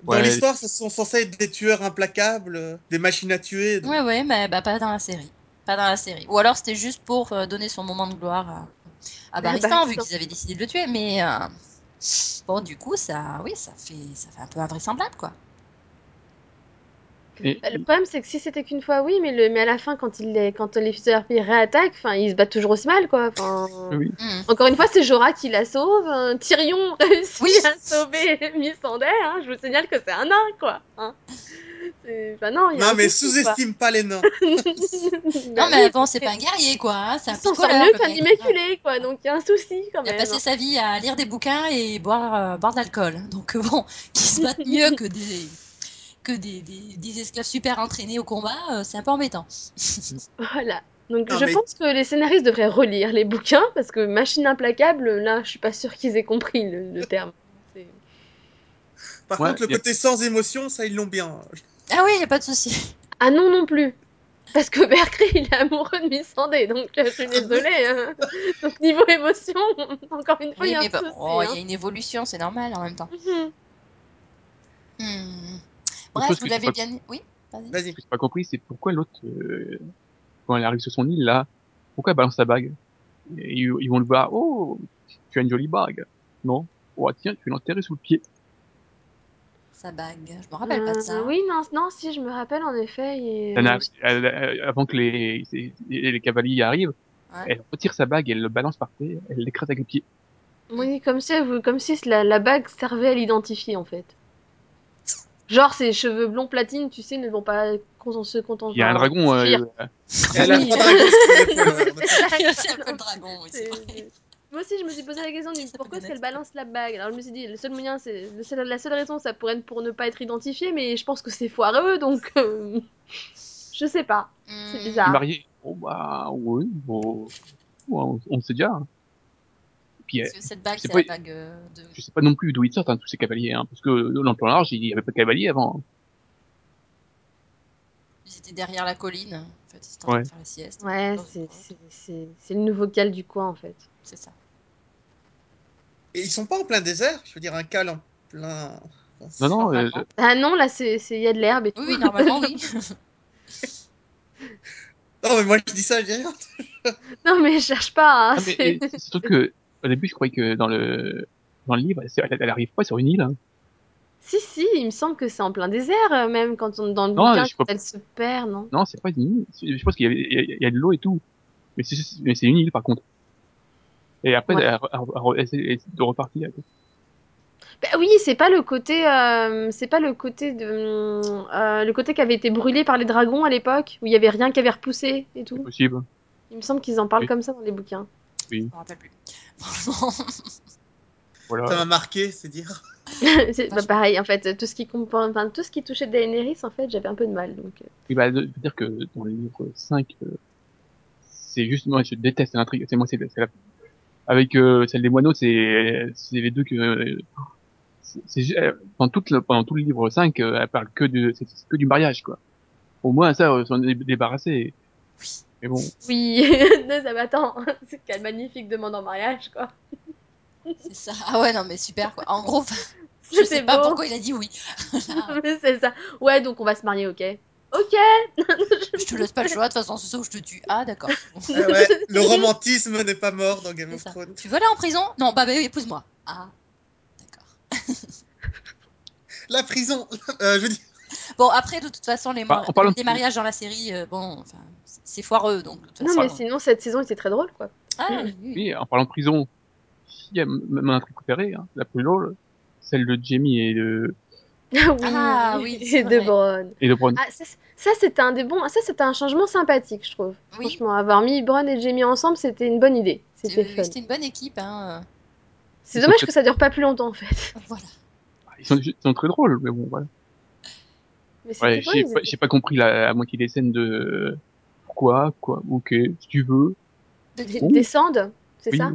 Speaker 4: Dans
Speaker 2: Ouais.
Speaker 4: l'histoire, ce sont censés être des tueurs implacables, euh, des machines à tuer. donc-
Speaker 1: Ouais, ouais, mais bah, pas dans la série. Pas dans la série. Ou alors, c'était juste pour euh, donner son moment de gloire à, à Baristan, vu
Speaker 3: Baristan.
Speaker 1: qu'ils avaient décidé de le tuer, mais. euh, Bon, du coup, ça, oui, ça fait, ça fait un peu invraisemblable, quoi.
Speaker 2: Et-
Speaker 3: Bah, le problème, c'est que si c'était qu'une fois, oui, mais, le, mais à la fin, quand, il les, quand les Fusers réattaquent, enfin, ils se battent toujours aussi mal, quoi. Enfin,
Speaker 2: oui.
Speaker 1: Hmm.
Speaker 3: Encore une fois, c'est Jorah qui la sauve. hein. Tyrion réussit
Speaker 1: Oui.
Speaker 3: à sauver Missandei. Hein. Je vous signale que c'est un nain, quoi. Hein. C'est- Bah non, il y a
Speaker 4: Non,
Speaker 3: un
Speaker 4: mais
Speaker 3: souci, quoi.
Speaker 4: sous-estime pas les nains.
Speaker 3: Bah
Speaker 1: Non, mais
Speaker 3: oui,
Speaker 1: bon, c'est pas un guerrier, quoi. hein, c'est
Speaker 3: il
Speaker 1: un
Speaker 3: s'en sort
Speaker 1: picoleur,
Speaker 3: mieux
Speaker 1: le
Speaker 3: qu'un
Speaker 1: mec.
Speaker 3: immaculé, quoi. Donc il y a un souci quand
Speaker 1: Il a
Speaker 3: même.
Speaker 1: passé sa vie à lire des bouquins et boire, euh, boire de l'alcool. Donc euh, bon, qui se battent mieux que des que des, des- des esclaves super entraînés au combat, euh, c'est un peu embêtant.
Speaker 3: Voilà. Donc
Speaker 4: Non,
Speaker 3: je
Speaker 4: mais-
Speaker 3: pense que les scénaristes devraient relire les bouquins parce que Machine implacable, là, je suis pas sûre qu'ils aient compris le, le terme. C'est-
Speaker 4: Par
Speaker 2: Ouais,
Speaker 4: contre, le
Speaker 2: y a-
Speaker 4: côté sans émotion, ça, ils l'ont bien.
Speaker 1: Ah oui, y a pas de souci.
Speaker 3: Ah non non plus. Parce que Berkeley, il est amoureux de Missandei, donc euh, je
Speaker 1: Ah
Speaker 3: suis désolée. hein. Donc niveau émotion, encore une fois,
Speaker 1: Oui,
Speaker 3: il y a un
Speaker 1: mais bon,
Speaker 3: souci.
Speaker 1: oh, y
Speaker 3: hein.
Speaker 1: a une évolution, c'est normal en même temps.
Speaker 3: Mhm.
Speaker 1: Hmm.
Speaker 2: Autre
Speaker 1: Bref,
Speaker 2: chose
Speaker 1: vous
Speaker 2: que j'ai
Speaker 1: l'avez
Speaker 2: pas-
Speaker 1: bien. Oui, vas-y.
Speaker 2: Ce
Speaker 4: Vas-y.
Speaker 2: que j'ai pas compris, c'est pourquoi l'autre, euh, quand elle arrive sur son île, là, pourquoi elle balance sa bague Et ils, ils vont le voir, oh, tu as une jolie bague. Non Oh, tiens, tu l'as enterrée sous le pied.
Speaker 1: Sa bague, je me rappelle pas de
Speaker 3: Euh,
Speaker 1: ça.
Speaker 3: oui, non, non, si, je me rappelle en effet. et,
Speaker 2: Ça
Speaker 3: euh,
Speaker 2: n'a- elle- elle- avant que les, les, les cavaliers y arrivent,
Speaker 1: Ouais.
Speaker 2: elle retire sa bague, elle le balance par terre, elle l'écrase avec le pied.
Speaker 3: Oui, comme si, comme si la, la bague servait à l'identifier en fait. Genre, ses cheveux blonds platine, tu sais, ne vont pas con- se contenter.
Speaker 2: Il y a un dragon, euh,
Speaker 3: suffire.
Speaker 2: euh,
Speaker 4: Elle a
Speaker 1: Oui.
Speaker 4: trois dragons sur l'épaule, euh, donc-
Speaker 1: c'est un peu le dragon, oui, c'est
Speaker 3: C'est-
Speaker 1: vrai.
Speaker 3: Moi aussi, je me suis posé la question
Speaker 1: Ça
Speaker 3: du
Speaker 1: peut
Speaker 3: pourquoi est-ce
Speaker 1: bien
Speaker 3: qu'elle
Speaker 1: être.
Speaker 3: balance la bague. Alors, je me suis dit, le seul moyen, c'est le seul- la seule raison, ça pourrait être pour ne pas être identifié, mais je pense que c'est foireux, donc euh, je sais pas. C'est
Speaker 1: Hmm.
Speaker 3: bizarre.
Speaker 2: marié. Oh, bah, oui, bon, ouais, on, on sait déjà. hein. Puis, euh,
Speaker 1: Parce que cette bague,
Speaker 2: je sais
Speaker 1: c'est
Speaker 2: pas,
Speaker 1: la bague euh, de.
Speaker 2: je sais pas non plus d'où ils sortent, hein, tous ces cavaliers, hein, parce que euh, dans le plan large, il y avait pas de cavaliers avant. hein.
Speaker 1: Ils étaient derrière la colline, en fait, ils étaient en train de faire la sieste.
Speaker 3: Ouais,
Speaker 1: Dans une
Speaker 3: c'est-
Speaker 1: grotte,
Speaker 3: c'est c'est- c'est le nouveau cal du coin en fait.
Speaker 1: C'est ça.
Speaker 4: Et ils sont pas en plein désert, je veux dire, un cal en plein.
Speaker 2: Non, non, euh,
Speaker 1: Normalement.
Speaker 3: Ah non, là, c'est c'est- il y a de l'herbe et tout.
Speaker 1: Oui, oui, normalement, oui.
Speaker 4: Non, mais moi je dis ça, je dis rien.
Speaker 3: Non, mais je cherche pas. hein,
Speaker 2: Ah, mais
Speaker 3: c'est-
Speaker 2: euh, c'est surtout que au début je croyais que dans le dans le livre c'est- elle, elle arrive pas sur une île. hein.
Speaker 3: Si, si, il me semble que c'est en plein désert, euh, même quand on dans le
Speaker 2: Non,
Speaker 3: bouquin,
Speaker 2: je crois-
Speaker 3: elle se perd, non
Speaker 2: Non, c'est pas une île. C'est- Je pense qu'il y, a- il y a- il y a de l'eau et tout, mais c'est mais c'est une île par contre. Et après
Speaker 3: Ouais.
Speaker 2: elle, elle- elle- elle essaie- elle essaie de repartir.
Speaker 3: Bah oui, c'est pas le côté, euh, c'est pas le côté de, euh, le côté qui avait été brûlé par les dragons à l'époque, où il y avait rien qui avait repoussé et
Speaker 2: C'est
Speaker 3: tout.
Speaker 2: possible.
Speaker 3: Il me semble qu'ils en parlent
Speaker 2: Oui.
Speaker 3: comme ça dans les bouquins.
Speaker 1: Je me rappelle plus. Franchement.
Speaker 4: Ça
Speaker 2: Voilà.
Speaker 4: m'a marqué, c'est dire.
Speaker 3: c'est
Speaker 1: Vache.
Speaker 3: bah, pareil, en fait, tout ce qui compa- enfin, tout ce qui touchait Daenerys, en fait, j'avais un peu de mal. Donc, euh.
Speaker 2: Et bah, je veux dire que dans le livre 5 euh, c'est juste moi je déteste l'intrigue. C'est moi c'est c'est la avec euh, celle des moineaux c'est c'est les deux que euh, c'est c'est ju- euh, dans toute le, pendant tout le livre 5 euh, elle parle que de c'est c'est que du mariage quoi. Au moins ça on s'en est débarrassé. Mais bon.
Speaker 3: oui, non, ça m'attend. C'est quelle magnifique demande en mariage, quoi.
Speaker 1: C'est ça. Ah ouais, non, mais super, quoi. En gros, je
Speaker 3: C'était
Speaker 1: sais pas
Speaker 3: beau.
Speaker 1: pourquoi il a dit oui. Là,
Speaker 3: c'est ça. Ouais, donc on va se marier, ok. Ok.
Speaker 1: je te laisse pas le choix, de toute façon, c'est ça ou je te tue. Ah, d'accord. Bon,
Speaker 4: Eh ouais, le romantisme n'est pas mort dans Game
Speaker 1: c'est
Speaker 4: of
Speaker 1: ça.
Speaker 4: Thrones.
Speaker 1: Tu veux aller en prison Non, bah, bah épouse-moi. Ah, d'accord.
Speaker 4: La prison, euh, je veux dire.
Speaker 1: Bon, après, de toute façon, les,
Speaker 2: Bah,
Speaker 1: mari-
Speaker 2: en parlant
Speaker 1: les
Speaker 2: de-
Speaker 1: mariages dans la série, euh, bon, enfin, c'est c'est foireux, donc, de toute
Speaker 3: Non,
Speaker 1: façon.
Speaker 3: mais sinon cette saison était très drôle, quoi.
Speaker 1: Ah, oui, oui.
Speaker 2: Oui, en parlant de prison, il y a m- même un truc préféré, hein, la plus drôle, celle de Jamie et de,
Speaker 3: oui.
Speaker 1: Ah, oui, c'est
Speaker 3: Et de
Speaker 1: vrai.
Speaker 3: Bronn.
Speaker 2: et de Bronn.
Speaker 3: Ah, ça, c'est- ça, c'était un des bons. Ça, c'était un changement sympathique, je trouve.
Speaker 1: Oui,
Speaker 3: Franchement, avoir mis Bronn et Jamie ensemble, c'était une bonne idée. C'était
Speaker 1: c'est-
Speaker 3: fun.
Speaker 1: c'était une bonne équipe, hein.
Speaker 3: C'est dommage que ça dure pas plus longtemps, en fait.
Speaker 1: euh, Voilà.
Speaker 2: Ils, sont, ils sont très drôles, mais bon, voilà.
Speaker 3: Mais c'était
Speaker 2: Ouais,
Speaker 3: bon,
Speaker 2: j'ai
Speaker 3: ils
Speaker 2: pas,
Speaker 3: étaient-
Speaker 2: j'ai pas compris la, la moitié des scènes de euh, pourquoi, quoi, ok, si tu veux.
Speaker 3: Ils
Speaker 2: Ouh.
Speaker 3: descendent, c'est
Speaker 2: Oui.
Speaker 3: ça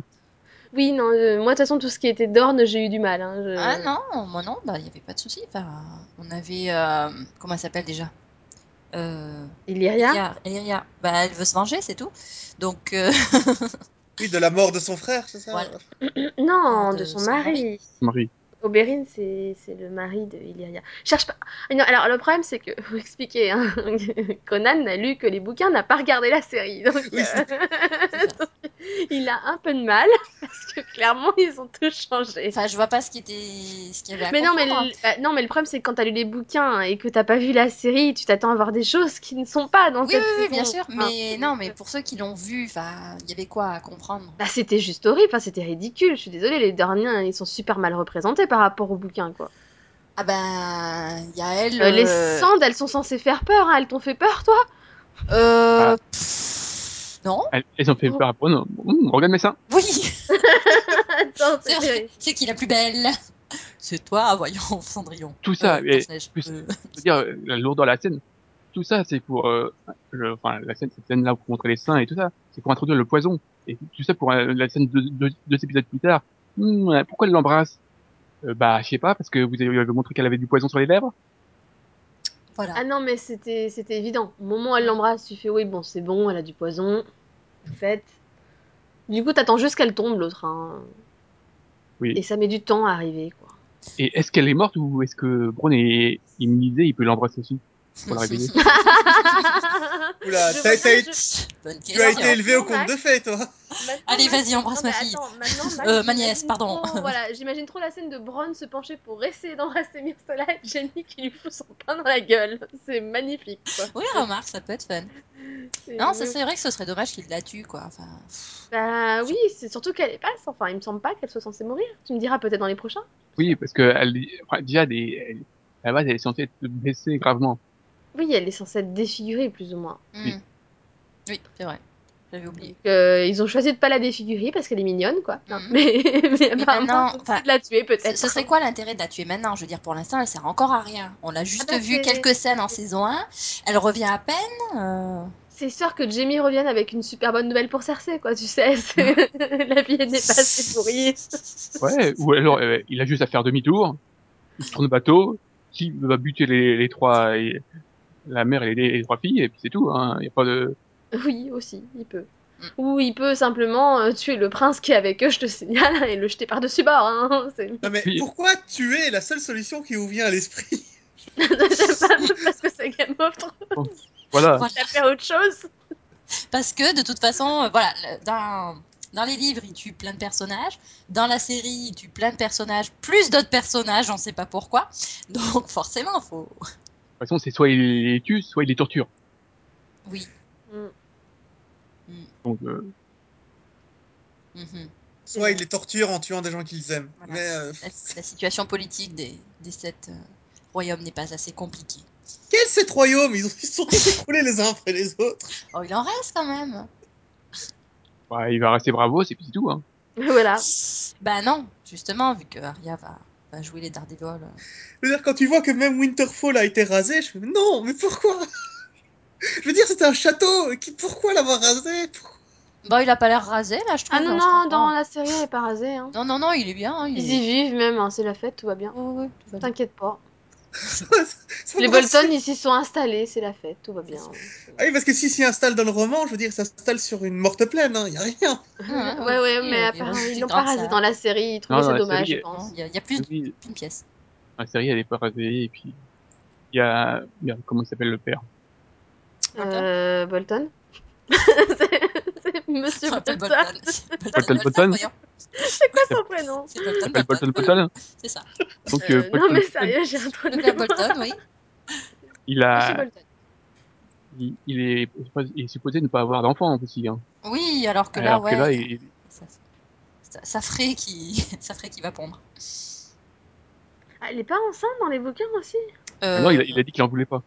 Speaker 3: Oui, non, euh, moi, de toute façon, tout ce qui était d'orne, j'ai eu du mal. hein, je-
Speaker 1: Ah non, moi non, bah, il n'y avait pas de souci. Enfin, on avait. euh, comment elle s'appelle déjà euh,
Speaker 3: Illyria
Speaker 1: Lyria, Lyria. Bah, elle veut se venger, c'est tout. Donc, euh,
Speaker 4: Oui, de la mort de son frère, c'est ça
Speaker 1: Voilà.
Speaker 3: Non,
Speaker 1: Ah, de
Speaker 3: de son
Speaker 1: son mari.
Speaker 3: mari.
Speaker 2: Marie.
Speaker 3: Oberyn, c'est c'est le mari de Illyria. Cherche pas. Ah non, alors, le problème, c'est que, vous expliquez, hein, Conan n'a lu que les bouquins, n'a pas regardé la série. Donc,
Speaker 4: Oui,
Speaker 3: euh,
Speaker 4: c'est-
Speaker 1: c'est ça.
Speaker 3: donc, Il a un peu de mal parce que clairement ils ont tout changé.
Speaker 1: Enfin, je vois pas ce qui était, ce qu'il y avait à
Speaker 3: Mais non mais,
Speaker 1: comprendre, hein.
Speaker 3: le, euh, non, mais le problème, c'est que quand t'as lu les bouquins et que t'as pas vu la série, tu t'attends à voir des choses qui ne sont pas dans
Speaker 1: Oui,
Speaker 3: cette
Speaker 1: oui, oui,
Speaker 3: série.
Speaker 1: bien sûr. Mais non, mais pour ceux qui l'ont vu, enfin, il y avait quoi à comprendre
Speaker 3: Bah, c'était juste horrible, enfin, c'était ridicule. Je suis désolée, les derniers, ils sont super mal représentés par rapport au bouquin, quoi.
Speaker 1: Ah ben, il y a elle.
Speaker 3: Euh, les
Speaker 1: euh,
Speaker 3: Sandes, elles sont censées faire peur, hein, elles t'ont fait peur, toi
Speaker 2: Ah.
Speaker 1: euh, pff, non.
Speaker 2: Elles, elles ont fait
Speaker 3: Oh.
Speaker 2: peur à Bruno. Hum, regarde mes seins.
Speaker 1: Oui,
Speaker 3: Attends,
Speaker 1: c'est
Speaker 3: c'est
Speaker 1: vrai. C'est qui la plus belle C'est toi, voyons, Cendrillon.
Speaker 2: Tout ça,
Speaker 1: Euh,
Speaker 2: mais-
Speaker 1: Blanche-Neige.
Speaker 2: plus-
Speaker 1: Euh,
Speaker 2: Je veux dire, euh, la lourdeur de la scène. Tout ça, c'est pour, euh, le- enfin, la scène, cette scène-là pour montrer les seins et tout ça. C'est pour introduire le poison. Et tout ça pour euh, la scène de deux, deux épisodes plus tard. Hum, euh, pourquoi elle l'embrasse? Euh, bah, je sais pas, parce que vous avez montré qu'elle avait du poison sur les lèvres.
Speaker 1: voilà.
Speaker 3: Ah non, mais c'était c'était évident. Au moment où elle l'embrasse, tu fais oui, bon, c'est bon, elle a du poison. En fait. Du coup, t'attends juste qu'elle tombe, l'autre. hein.
Speaker 2: Oui.
Speaker 3: Et ça met du temps à arriver, quoi.
Speaker 2: Et est-ce qu'elle est morte ou est-ce que Braun est immunisé, il peut l'embrasser aussi? Pour la réveiller.
Speaker 4: Oula,
Speaker 3: Je
Speaker 4: t'as-
Speaker 3: vois-
Speaker 4: t'as-
Speaker 3: je-
Speaker 1: Bonne
Speaker 4: Tu as
Speaker 1: question.
Speaker 4: été élevé au conte
Speaker 3: Max.
Speaker 4: de fées, toi.
Speaker 3: Maintenant,
Speaker 1: Allez,
Speaker 3: Max-
Speaker 1: vas-y, embrasse
Speaker 3: Non,
Speaker 1: ma
Speaker 3: mais
Speaker 1: fille.
Speaker 3: attends, maintenant, Max,
Speaker 1: Euh, ma nièce,
Speaker 3: j'imagine
Speaker 1: pardon.
Speaker 3: trop- voilà, j'imagine trop la scène de Bronn se pencher pour essayer d'embrasser Myrtola et Jenny qui lui fout son pain dans la gueule. C'est magnifique, quoi.
Speaker 1: Oui, remarque, ça peut être fun.
Speaker 3: C'est-
Speaker 1: Non, ça, c'est vrai que ce serait dommage qu'il la tue, quoi. Enfin,
Speaker 3: Bah oui, c'est surtout qu'elle est passe. Enfin, il me semble pas qu'elle soit censée mourir. Tu me diras peut-être dans les prochains.
Speaker 2: Oui, parce que elle, enfin, déjà, des, elle- à la base, elle est censée être blessée gravement.
Speaker 3: Oui, elle est censée être défigurée, plus ou moins.
Speaker 1: hmm. oui, c'est vrai. J'avais oublié.
Speaker 3: Donc, euh, ils ont choisi de pas la défigurer parce qu'elle est mignonne, quoi. Non,
Speaker 1: Mhm.
Speaker 3: Mais, mais
Speaker 1: maintenant,
Speaker 3: apparemment, ils ont
Speaker 1: enfin,
Speaker 3: décidé de la tuer,
Speaker 1: Ce
Speaker 3: peut-être.
Speaker 1: ce serait quoi l'intérêt de la tuer maintenant Je veux dire, pour l'instant, elle sert encore à rien. On l'a juste
Speaker 3: bah,
Speaker 1: vu
Speaker 3: c'est-
Speaker 1: quelques scènes en saison 1. Elle revient à peine. euh,
Speaker 3: C'est sûr que Jamie revienne avec une super bonne nouvelle pour Cersei, quoi, tu sais. c'est-
Speaker 1: Mm.
Speaker 3: la vie n'est pas assez pourrie.
Speaker 2: Ouais, ou alors, euh, il a juste à faire demi-tour, il se tourne au bateau, qui va buter les, les trois, et la mère et les, les trois filles, et puis c'est tout, hein. Y a pas de,
Speaker 3: Oui, aussi, il peut.
Speaker 1: Mm.
Speaker 3: Ou il peut simplement euh, tuer le prince qui est avec eux, je te signale, hein, et le jeter par-dessus bord. Hein. C'est...
Speaker 4: Non, mais
Speaker 2: Oui.
Speaker 4: pourquoi tuer est la seule solution qui vous vient à l'esprit
Speaker 3: J'aime pas parce que c'est Game of Thrones,
Speaker 2: voilà.
Speaker 1: Voilà.
Speaker 3: t'as fait autre chose.
Speaker 1: Parce que, de toute façon, euh, voilà, le- dans, dans les livres, il tue plein de personnages. Dans la série, il tue plein de personnages, plus d'autres personnages, on ne sait pas pourquoi. Donc, forcément, faut.
Speaker 2: De toute façon, c'est soit il les tue, soit il les torture.
Speaker 1: Oui.
Speaker 3: Mm.
Speaker 2: Donc, euh,
Speaker 3: Mm-hmm.
Speaker 1: Mhm.
Speaker 4: Soit il les torture en tuant des gens qu'ils aiment.
Speaker 1: Voilà.
Speaker 4: Mais euh,
Speaker 1: La, la situation politique des, des sept euh, royaumes n'est pas assez compliquée.
Speaker 4: quel cet royaume ils, ont- ils sont tous écroulés les uns après les autres.
Speaker 1: Oh, il en reste quand même.
Speaker 2: bah, il va rester bravo, c'est puis c'est tout, hein.
Speaker 3: Voilà.
Speaker 1: Bah non, justement, vu que Arya va, va jouer les euh. Daredevil.
Speaker 4: Je veux dire, quand tu vois que même Winterfell a été rasé, je fais mais non, mais pourquoi Je veux dire, c'était un château. Qui, pourquoi l'avoir rasé Pourquoi
Speaker 1: Bon, Bah, il a pas l'air rasé, là, je trouve.
Speaker 3: Ah non,
Speaker 1: on se
Speaker 3: non,
Speaker 1: comprend.
Speaker 3: dans la série, elle est pas rasée. Hein.
Speaker 1: Non, non, non, il est bien. hein, il
Speaker 3: Ils
Speaker 1: est-
Speaker 3: y vivent même, hein, c'est la fête, tout va bien.
Speaker 1: Ouais, ouais, tout va bien. Hein,
Speaker 3: T'inquiète pas.
Speaker 4: C'est
Speaker 3: Les
Speaker 4: pourquoi
Speaker 3: Bolton,
Speaker 4: c'est-
Speaker 3: ils s'y sont installés, c'est la fête, tout va bien.
Speaker 4: Ah oui, parce que s'ils s'y installent dans le roman, je veux dire, ils s'installent sur une morte plaine, hein, y a rien.
Speaker 1: Ah,
Speaker 3: ouais, ouais,
Speaker 1: oui,
Speaker 3: mais
Speaker 1: euh,
Speaker 3: apparemment,
Speaker 1: rajouté
Speaker 3: ils l'ont pas
Speaker 1: grave
Speaker 3: rasé
Speaker 1: ça.
Speaker 3: dans la série, ils trouvaient
Speaker 2: Non, dans la
Speaker 3: ça dommage,
Speaker 2: série,
Speaker 3: je pense.
Speaker 1: Il y, a- il y a plus
Speaker 2: Oui,
Speaker 1: qu'une pièce.
Speaker 2: la série, elle est pas réveillée, et puis, il y a, merde, comment il s'appelle le père?
Speaker 3: Euh, Bolton C'est- C'est Monsieur
Speaker 1: Enfin,
Speaker 3: Bolton.
Speaker 1: Bolton. Bolton,
Speaker 2: Bolton, Bolton.
Speaker 1: voyons.
Speaker 3: C'est quoi son prénom
Speaker 1: C'est Bolton,
Speaker 2: Il s'appelle
Speaker 1: Bolton.
Speaker 2: Bolton Bolton.
Speaker 1: C'est ça.
Speaker 2: Donc,
Speaker 3: Euh,
Speaker 2: euh,
Speaker 3: Non
Speaker 2: Bolton,
Speaker 3: mais sérieux, j'ai un trou de
Speaker 1: Le gars
Speaker 3: mémoire.
Speaker 1: Bolton, oui.
Speaker 2: il
Speaker 3: Monsieur
Speaker 2: a,
Speaker 3: Bolton.
Speaker 2: il, il est, il est supposé ne pas avoir d'enfant aussi, hein.
Speaker 1: Oui, alors que là,
Speaker 2: Alors que
Speaker 1: Ah ouais.
Speaker 2: là, il,
Speaker 1: Ça, ça- ça ferait qui, ça ferait qui va pondre.
Speaker 3: Ah, elle est pas enceinte dans les bouquins aussi
Speaker 1: Euh,
Speaker 2: Ah non, il a, il a dit qu'il en voulait pas.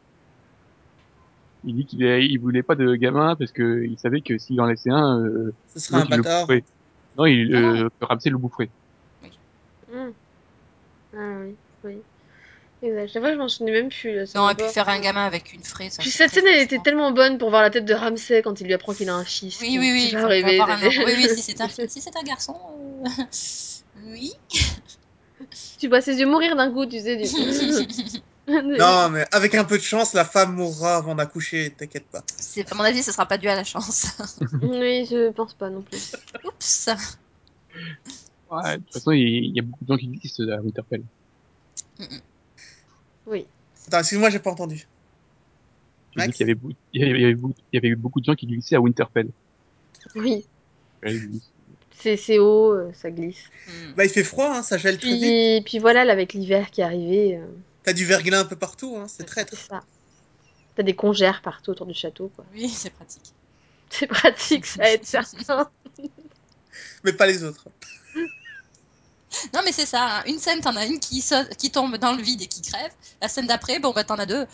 Speaker 2: Il dit qu'il a- il voulait pas de gamin parce que il savait que s'il en laissait un, euh,
Speaker 4: Ce serait un
Speaker 2: l'autre, il le
Speaker 4: bâtard.
Speaker 2: boufferait. Non, il,
Speaker 1: Ah
Speaker 2: euh, Ramsay le boufferait.
Speaker 3: Hmm. Ah oui, oui. Exact. Chaque fois, je m'en souvenais même plus. là, ça
Speaker 1: Non,
Speaker 3: me
Speaker 1: et puis
Speaker 3: va.
Speaker 1: faire un gamin avec une fraie, ça.
Speaker 3: Puis
Speaker 1: c'est
Speaker 3: cette
Speaker 1: très
Speaker 3: scène, elle était
Speaker 1: frustrant.
Speaker 3: tellement bonne pour voir la tête de Ramsay quand il lui apprend qu'il a un fils.
Speaker 1: Oui, oui, oui.
Speaker 3: Tu
Speaker 1: il
Speaker 3: vas
Speaker 1: faut
Speaker 3: rêver.
Speaker 1: avoir un enfant. Oui, oui, si c'est un, si c'est un garçon. euh, Oui.
Speaker 3: Tu vois ses yeux mourir d'un coup, tu sais. Du...
Speaker 4: Non, mais avec un peu de chance, la femme mourra avant d'accoucher, t'inquiète pas.
Speaker 1: C'est- À mon avis, ce sera pas dû à la chance.
Speaker 3: Oui, je pense pas non plus.
Speaker 1: Oups.
Speaker 2: Ouais, de toute façon, il, il y a beaucoup de gens qui disent à Winterfell.
Speaker 3: Oui.
Speaker 4: Attends, excuse-moi, j'ai pas entendu.
Speaker 2: J'ai dit
Speaker 4: Max
Speaker 2: qu'il y avait, beaucoup- il y avait, il y avait beaucoup- il y avait eu beaucoup de gens qui glissaient à Winterfell.
Speaker 3: Oui.
Speaker 2: Elle glisse.
Speaker 3: C'est c'est haut, euh, ça glisse.
Speaker 1: Hmm.
Speaker 4: Bah, il fait froid, hein, ça gèle très vite.
Speaker 3: Puis, puis voilà, là, avec l'hiver qui est arrivé, euh,
Speaker 4: T'as du verglas un peu partout, hein, c'est traître.
Speaker 3: c'est ça. T'as des congères partout autour du château, quoi.
Speaker 1: Oui, c'est pratique.
Speaker 3: C'est pratique, ça aide certains.
Speaker 4: Mais pas les autres.
Speaker 1: Non, mais c'est ça. hein. Une scène, t'en as une qui, saute- qui tombe dans le vide et qui crève. La scène d'après, bon, bah, t'en as deux.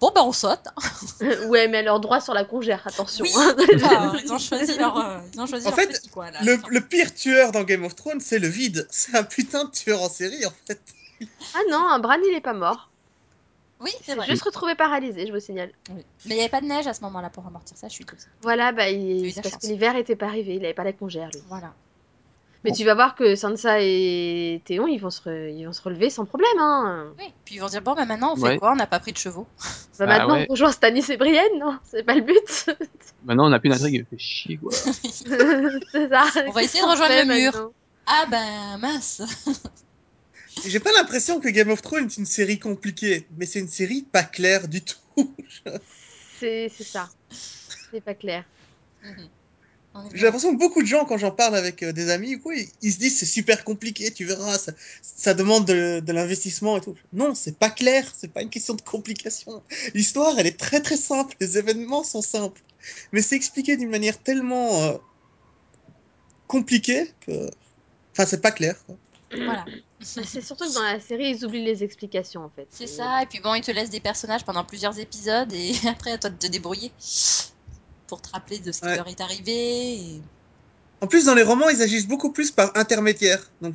Speaker 1: Bon, bah, on saute.
Speaker 3: ouais, mais alors droit sur la congère, attention.
Speaker 1: Oui.
Speaker 3: hein.
Speaker 1: Enfin, ils ont choisi leur, euh, ils ont choisi
Speaker 4: En
Speaker 1: leur
Speaker 4: fait,
Speaker 1: petit coin, là.
Speaker 4: Le, le pire tueur dans Game of Thrones, c'est le vide. C'est un putain de tueur en série, en fait.
Speaker 3: Ah non, un Bran, il est pas mort.
Speaker 1: Oui,
Speaker 3: Il
Speaker 1: c'est
Speaker 3: s'est
Speaker 1: vrai.
Speaker 3: juste retrouvé paralysé, je vous signale.
Speaker 1: Oui. Mais il n'y avait pas de neige à ce moment-là pour amortir ça, je suis comme ça.
Speaker 3: Voilà, bah,
Speaker 1: Il a
Speaker 3: il...
Speaker 1: eu de la
Speaker 3: parce
Speaker 1: chance.
Speaker 3: que l'hiver était pas arrivé, il avait pas la congère, lui.
Speaker 1: Voilà.
Speaker 3: Mais
Speaker 2: Bon.
Speaker 3: tu vas voir que Sansa et Théon, ils vont se, re- ils vont se relever sans problème, hein.
Speaker 1: Oui. Puis ils vont dire, bon, bah, maintenant, on fait
Speaker 2: Ouais.
Speaker 1: quoi On n'a pas pris de chevaux.
Speaker 2: Bah
Speaker 3: Bah, maintenant,
Speaker 2: ouais.
Speaker 3: on rejoint Stanis et Brienne, non C'est pas le but.
Speaker 2: Maintenant, on n'a plus d'intrigue. Fait chier, quoi.
Speaker 3: c'est ça.
Speaker 1: On va essayer
Speaker 3: Qu'est-ce
Speaker 1: de rejoindre
Speaker 3: qu'on
Speaker 1: le
Speaker 3: fait
Speaker 1: mur.
Speaker 3: maintenant
Speaker 1: Ah, ben, mince.
Speaker 4: J'ai pas l'impression que Game of Thrones est une série compliquée, mais c'est une série pas claire du tout.
Speaker 3: C'est c'est ça. C'est pas clair.
Speaker 1: Mhm. On est
Speaker 4: J'ai l'impression que beaucoup de gens, quand j'en parle avec euh, des amis, ou quoi, ils, ils se disent c'est super compliqué, tu verras, ça, ça demande de, de l'investissement et tout. Non, c'est pas clair, c'est pas une question de complication. L'histoire, elle est très très simple, les événements sont simples, mais c'est expliqué d'une manière tellement euh, compliquée que. Enfin, c'est pas clair. quoi.
Speaker 1: bien. Voilà.
Speaker 3: Bah, C'est surtout que dans la série, ils oublient les explications, en fait.
Speaker 1: C'est ça, et puis bon, ils te laissent des personnages pendant plusieurs épisodes, et après, à toi de te débrouiller pour te rappeler de ce qui
Speaker 4: Ouais.
Speaker 1: leur est arrivé. et-
Speaker 4: En plus, dans les romans, ils agissent beaucoup plus par intermédiaire. Donc,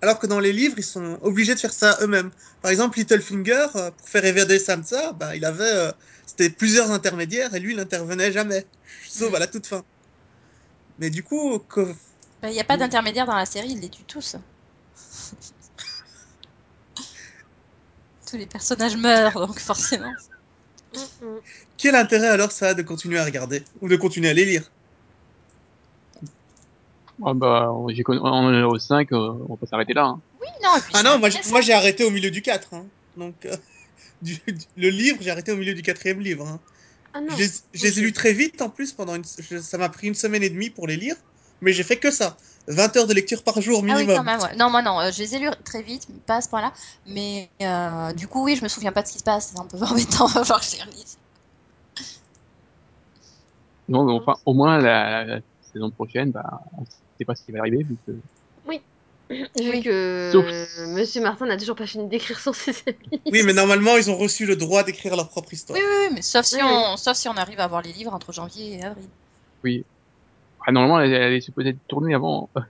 Speaker 4: alors que dans les livres, ils sont obligés de faire ça eux-mêmes. Par exemple, Littlefinger, euh, pour faire évader Sansa, bah, il avait, euh, c'était plusieurs intermédiaires et lui, il n'intervenait jamais, sauf à la toute fin. Mais du coup, que-
Speaker 1: Ben, Il n'y a pas d'intermédiaire dans la série, ils les tuent tous. tous les personnages meurent, donc forcément.
Speaker 3: Mm, mm.
Speaker 4: quel intérêt alors ça a de continuer à regarder ou de continuer à les lire
Speaker 2: Ah bah, on, j'ai connu- on en est au 5, euh, on peut s'arrêter là. hein.
Speaker 1: Oui, non, et puis
Speaker 4: Ah
Speaker 1: c'est
Speaker 4: non, moi, j'ai-
Speaker 1: intéressant.
Speaker 4: moi j'ai arrêté au milieu du 4. hein. Donc, euh, du- du- le livre, j'ai arrêté au milieu du quatrième livre. hein.
Speaker 3: Ah non.
Speaker 4: Je les- je les ai lus très vite en plus, pendant une, je- ça m'a pris une semaine et demie pour les lire, mais j'ai fait que ça. 20 heures de lecture par jour
Speaker 1: Ah oui, quand
Speaker 4: minimum.
Speaker 1: même, ouais. Non, moi non, euh, je les ai lus très vite, mais pas à ce point-là. Mais euh, du coup, oui, je me souviens pas de ce qui se passe, c'est un peu embêtant, va falloir que je les relise.
Speaker 2: Non, mais enfin, au moins, la, la saison prochaine, bah, on ne sait pas ce qui va arriver. vu que-
Speaker 3: Vu
Speaker 1: Oui.
Speaker 3: que
Speaker 2: Sauf-
Speaker 3: euh, Monsieur Martin n'a toujours pas fini d'écrire son CCI.
Speaker 4: oui, mais normalement, ils ont reçu le droit d'écrire leur propre histoire.
Speaker 1: Oui, oui, oui, mais sauf si,
Speaker 3: Oui,
Speaker 1: on, sauf si on arrive à avoir les livres entre janvier et avril.
Speaker 2: Ah, normalement, elle, elle est supposée être tournée avant.
Speaker 1: Oui,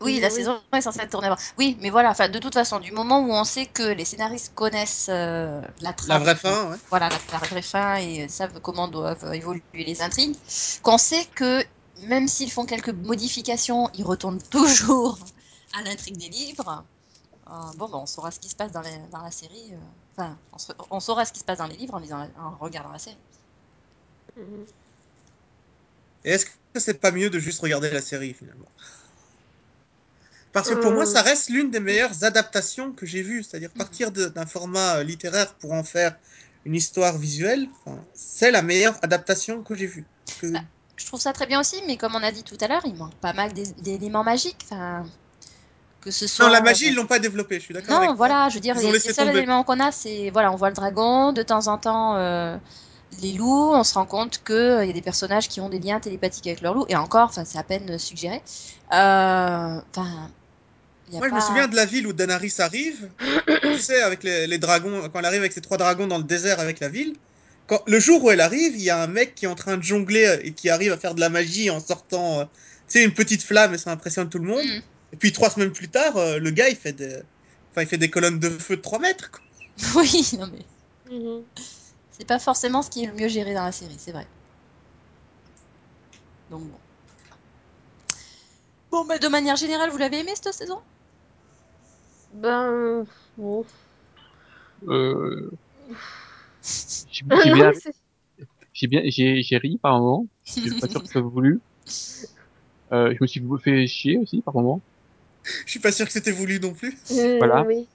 Speaker 3: Oui,
Speaker 1: la
Speaker 3: oui.
Speaker 1: saison est censée être tournée avant. Oui, mais voilà, enfin, de toute façon, du moment où on sait que les scénaristes connaissent euh, la trame,
Speaker 4: La vraie fin, ouais.
Speaker 1: voilà, la, la vraie fin et euh, savent comment doivent euh, évoluer les intrigues, qu'on sait que même s'ils font quelques modifications, ils retournent toujours à l'intrigue des livres. euh, bon, ben, on saura ce qui se passe dans, les- dans la série. euh, Enfin, on, sa- on saura ce qui se passe dans les livres en, lisant la- en regardant la série.
Speaker 3: Mm.
Speaker 4: Et est-ce que c'est pas mieux de juste regarder la série finalement Parce que pour
Speaker 3: Euh.
Speaker 4: moi, ça reste l'une des meilleures adaptations que j'ai vues, c'est-à-dire
Speaker 1: Mm.
Speaker 4: partir de- d'un format euh, littéraire pour en faire une histoire visuelle, enfin, c'est la meilleure adaptation que j'ai vue. Parce que-
Speaker 1: Bah, Je trouve ça très bien aussi, mais comme on a dit tout à l'heure, il manque pas mal d'é- d'éléments magiques. Enfin, que ce soit.
Speaker 4: Non, la magie, ils l'ont pas développée, je suis d'accord avec
Speaker 1: Non,
Speaker 4: toi.
Speaker 1: voilà, je veux dire,
Speaker 4: Ils ont
Speaker 1: les, les
Speaker 4: laissé
Speaker 1: seuls
Speaker 4: tomber.
Speaker 1: éléments qu'on a, c'est, voilà, on voit le dragon, de temps en temps, euh, les loups, on se rend compte qu'il y a des personnages qui ont des liens télépathiques avec leurs loups, et encore, enfin, c'est à peine suggéré. Euh, Enfin, il y a
Speaker 4: Moi, je me
Speaker 1: pas-
Speaker 4: souviens de la ville où Daenerys arrive, tu sais, avec les, les dragons, quand elle arrive avec ses trois dragons dans le désert avec la ville. Quand, le jour où elle arrive, il y a un mec qui est en train de jongler euh, et qui arrive à faire de la magie en sortant, euh, tu sais, une petite flamme et ça impressionne tout le monde.
Speaker 1: Mm.
Speaker 4: Et puis trois semaines plus tard, euh, le gars, il fait des, enfin, il fait des colonnes de feu de 3 mètres. quoi.
Speaker 1: Oui, non, mais
Speaker 3: Mhm.
Speaker 1: c'est pas forcément ce qui est le mieux géré dans la série, c'est vrai. Donc bon. Bon, bah, de manière générale, vous l'avez aimé cette saison
Speaker 3: Ben. Bon.
Speaker 2: Euh, j'ai
Speaker 3: Non,
Speaker 2: j'ai bien,
Speaker 3: mais c'est-
Speaker 2: j'ai bien, j'ai, j'ai ri par moment. Je suis pas sûr que ça voulu. Euh, je me suis fait chier aussi par moment.
Speaker 4: Je suis pas sûr que c'était voulu non plus.
Speaker 3: Euh,
Speaker 2: Voilà.
Speaker 3: oui.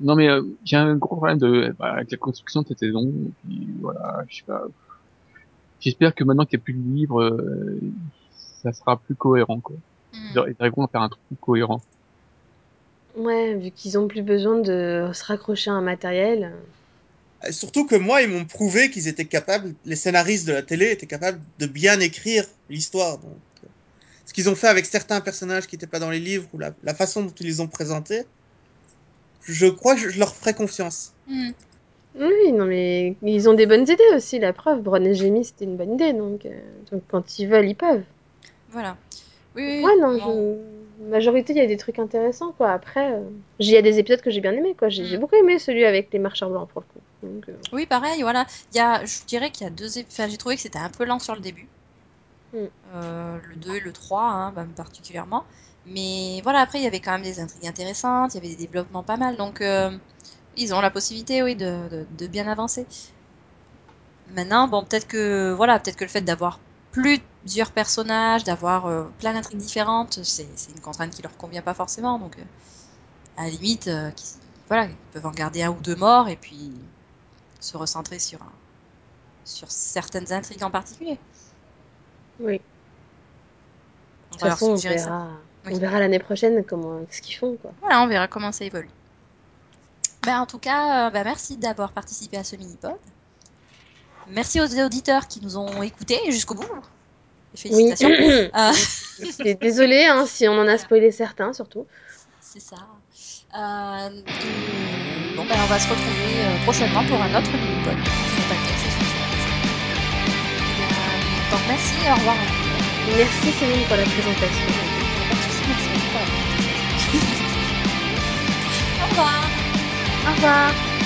Speaker 2: Non mais euh, j'ai un gros problème de bah, avec la construction de cette saison. Et puis voilà, je sais pas. J'espère que maintenant qu'il n'y a plus de livres, euh, ça sera plus cohérent, quoi.
Speaker 1: Hmm.
Speaker 2: Ils auraient- ils auraient vraiment faire un truc plus cohérent.
Speaker 3: Ouais, vu qu'ils ont plus besoin de se raccrocher à un matériel.
Speaker 4: Euh, Surtout que moi, ils m'ont prouvé qu'ils étaient capables, les scénaristes de la télé étaient capables de bien écrire l'histoire. Donc, euh, ce qu'ils ont fait avec certains personnages qui n'étaient pas dans les livres ou la, la façon dont ils les ont présentés, je crois que je, je leur ferai confiance.
Speaker 1: Hmm.
Speaker 3: Oui, non, mais ils ont des bonnes idées aussi, la preuve. Bron et Jamie, c'était une bonne idée, donc, euh, donc quand ils veulent, ils peuvent.
Speaker 1: Voilà. Oui, oui,
Speaker 3: Ouais, non,
Speaker 1: bon.
Speaker 3: je... majorité, il y a des trucs intéressants, quoi. Après, euh, il y a des épisodes que j'ai bien aimés, quoi. J'ai
Speaker 1: Mm.
Speaker 3: j'ai beaucoup aimé celui avec les marcheurs blancs, pour le coup. Donc, euh,
Speaker 1: Oui, pareil, voilà. Il y a, je dirais qu'il y a deux épisodes. j'ai trouvé que c'était un peu lent sur le début.
Speaker 3: Mm.
Speaker 1: Euh, le 2 et le 3, hein, même particulièrement. Mais voilà, après, il y avait quand même des intrigues intéressantes, il y avait des développements pas mal. Donc, euh, ils ont la possibilité, oui, de, de- de bien avancer. Maintenant, bon, peut-être que, voilà, peut-être que le fait d'avoir plusieurs personnages, d'avoir euh, plein d'intrigues différentes, c'est c'est une contrainte qui leur convient pas forcément. Donc, euh, à la limite, euh, qu'ils- voilà, ils peuvent en garder un ou deux morts et puis se recentrer sur un- sur certaines intrigues en particulier.
Speaker 3: oui.
Speaker 1: On
Speaker 3: De toute
Speaker 1: va leur
Speaker 3: façon, on
Speaker 1: suggérer ça.
Speaker 3: verra,
Speaker 1: Oui.
Speaker 3: on verra l'année prochaine comment, ce qu'ils font, quoi.
Speaker 1: Voilà, on verra comment ça évolue. Ben, en tout cas, euh, ben, merci d'avoir participé à ce mini-pod. Merci aux auditeurs qui nous ont écoutés jusqu'au bout.
Speaker 3: Oui.
Speaker 1: Félicitations. Euh,
Speaker 3: Et Désolée, hein, si on en a spoilé certains, surtout.
Speaker 1: c'est ça. Euh, et bon, ben, on va se retrouver euh, prochainement pour un autre mini-pod. Ce n'est pas le cas, c'est sûr. Euh, donc, merci, au revoir.
Speaker 3: Merci Céline pour la présentation.
Speaker 1: Pas de soucis, merci beaucoup pour la présentation. au revoir.
Speaker 3: Au revoir.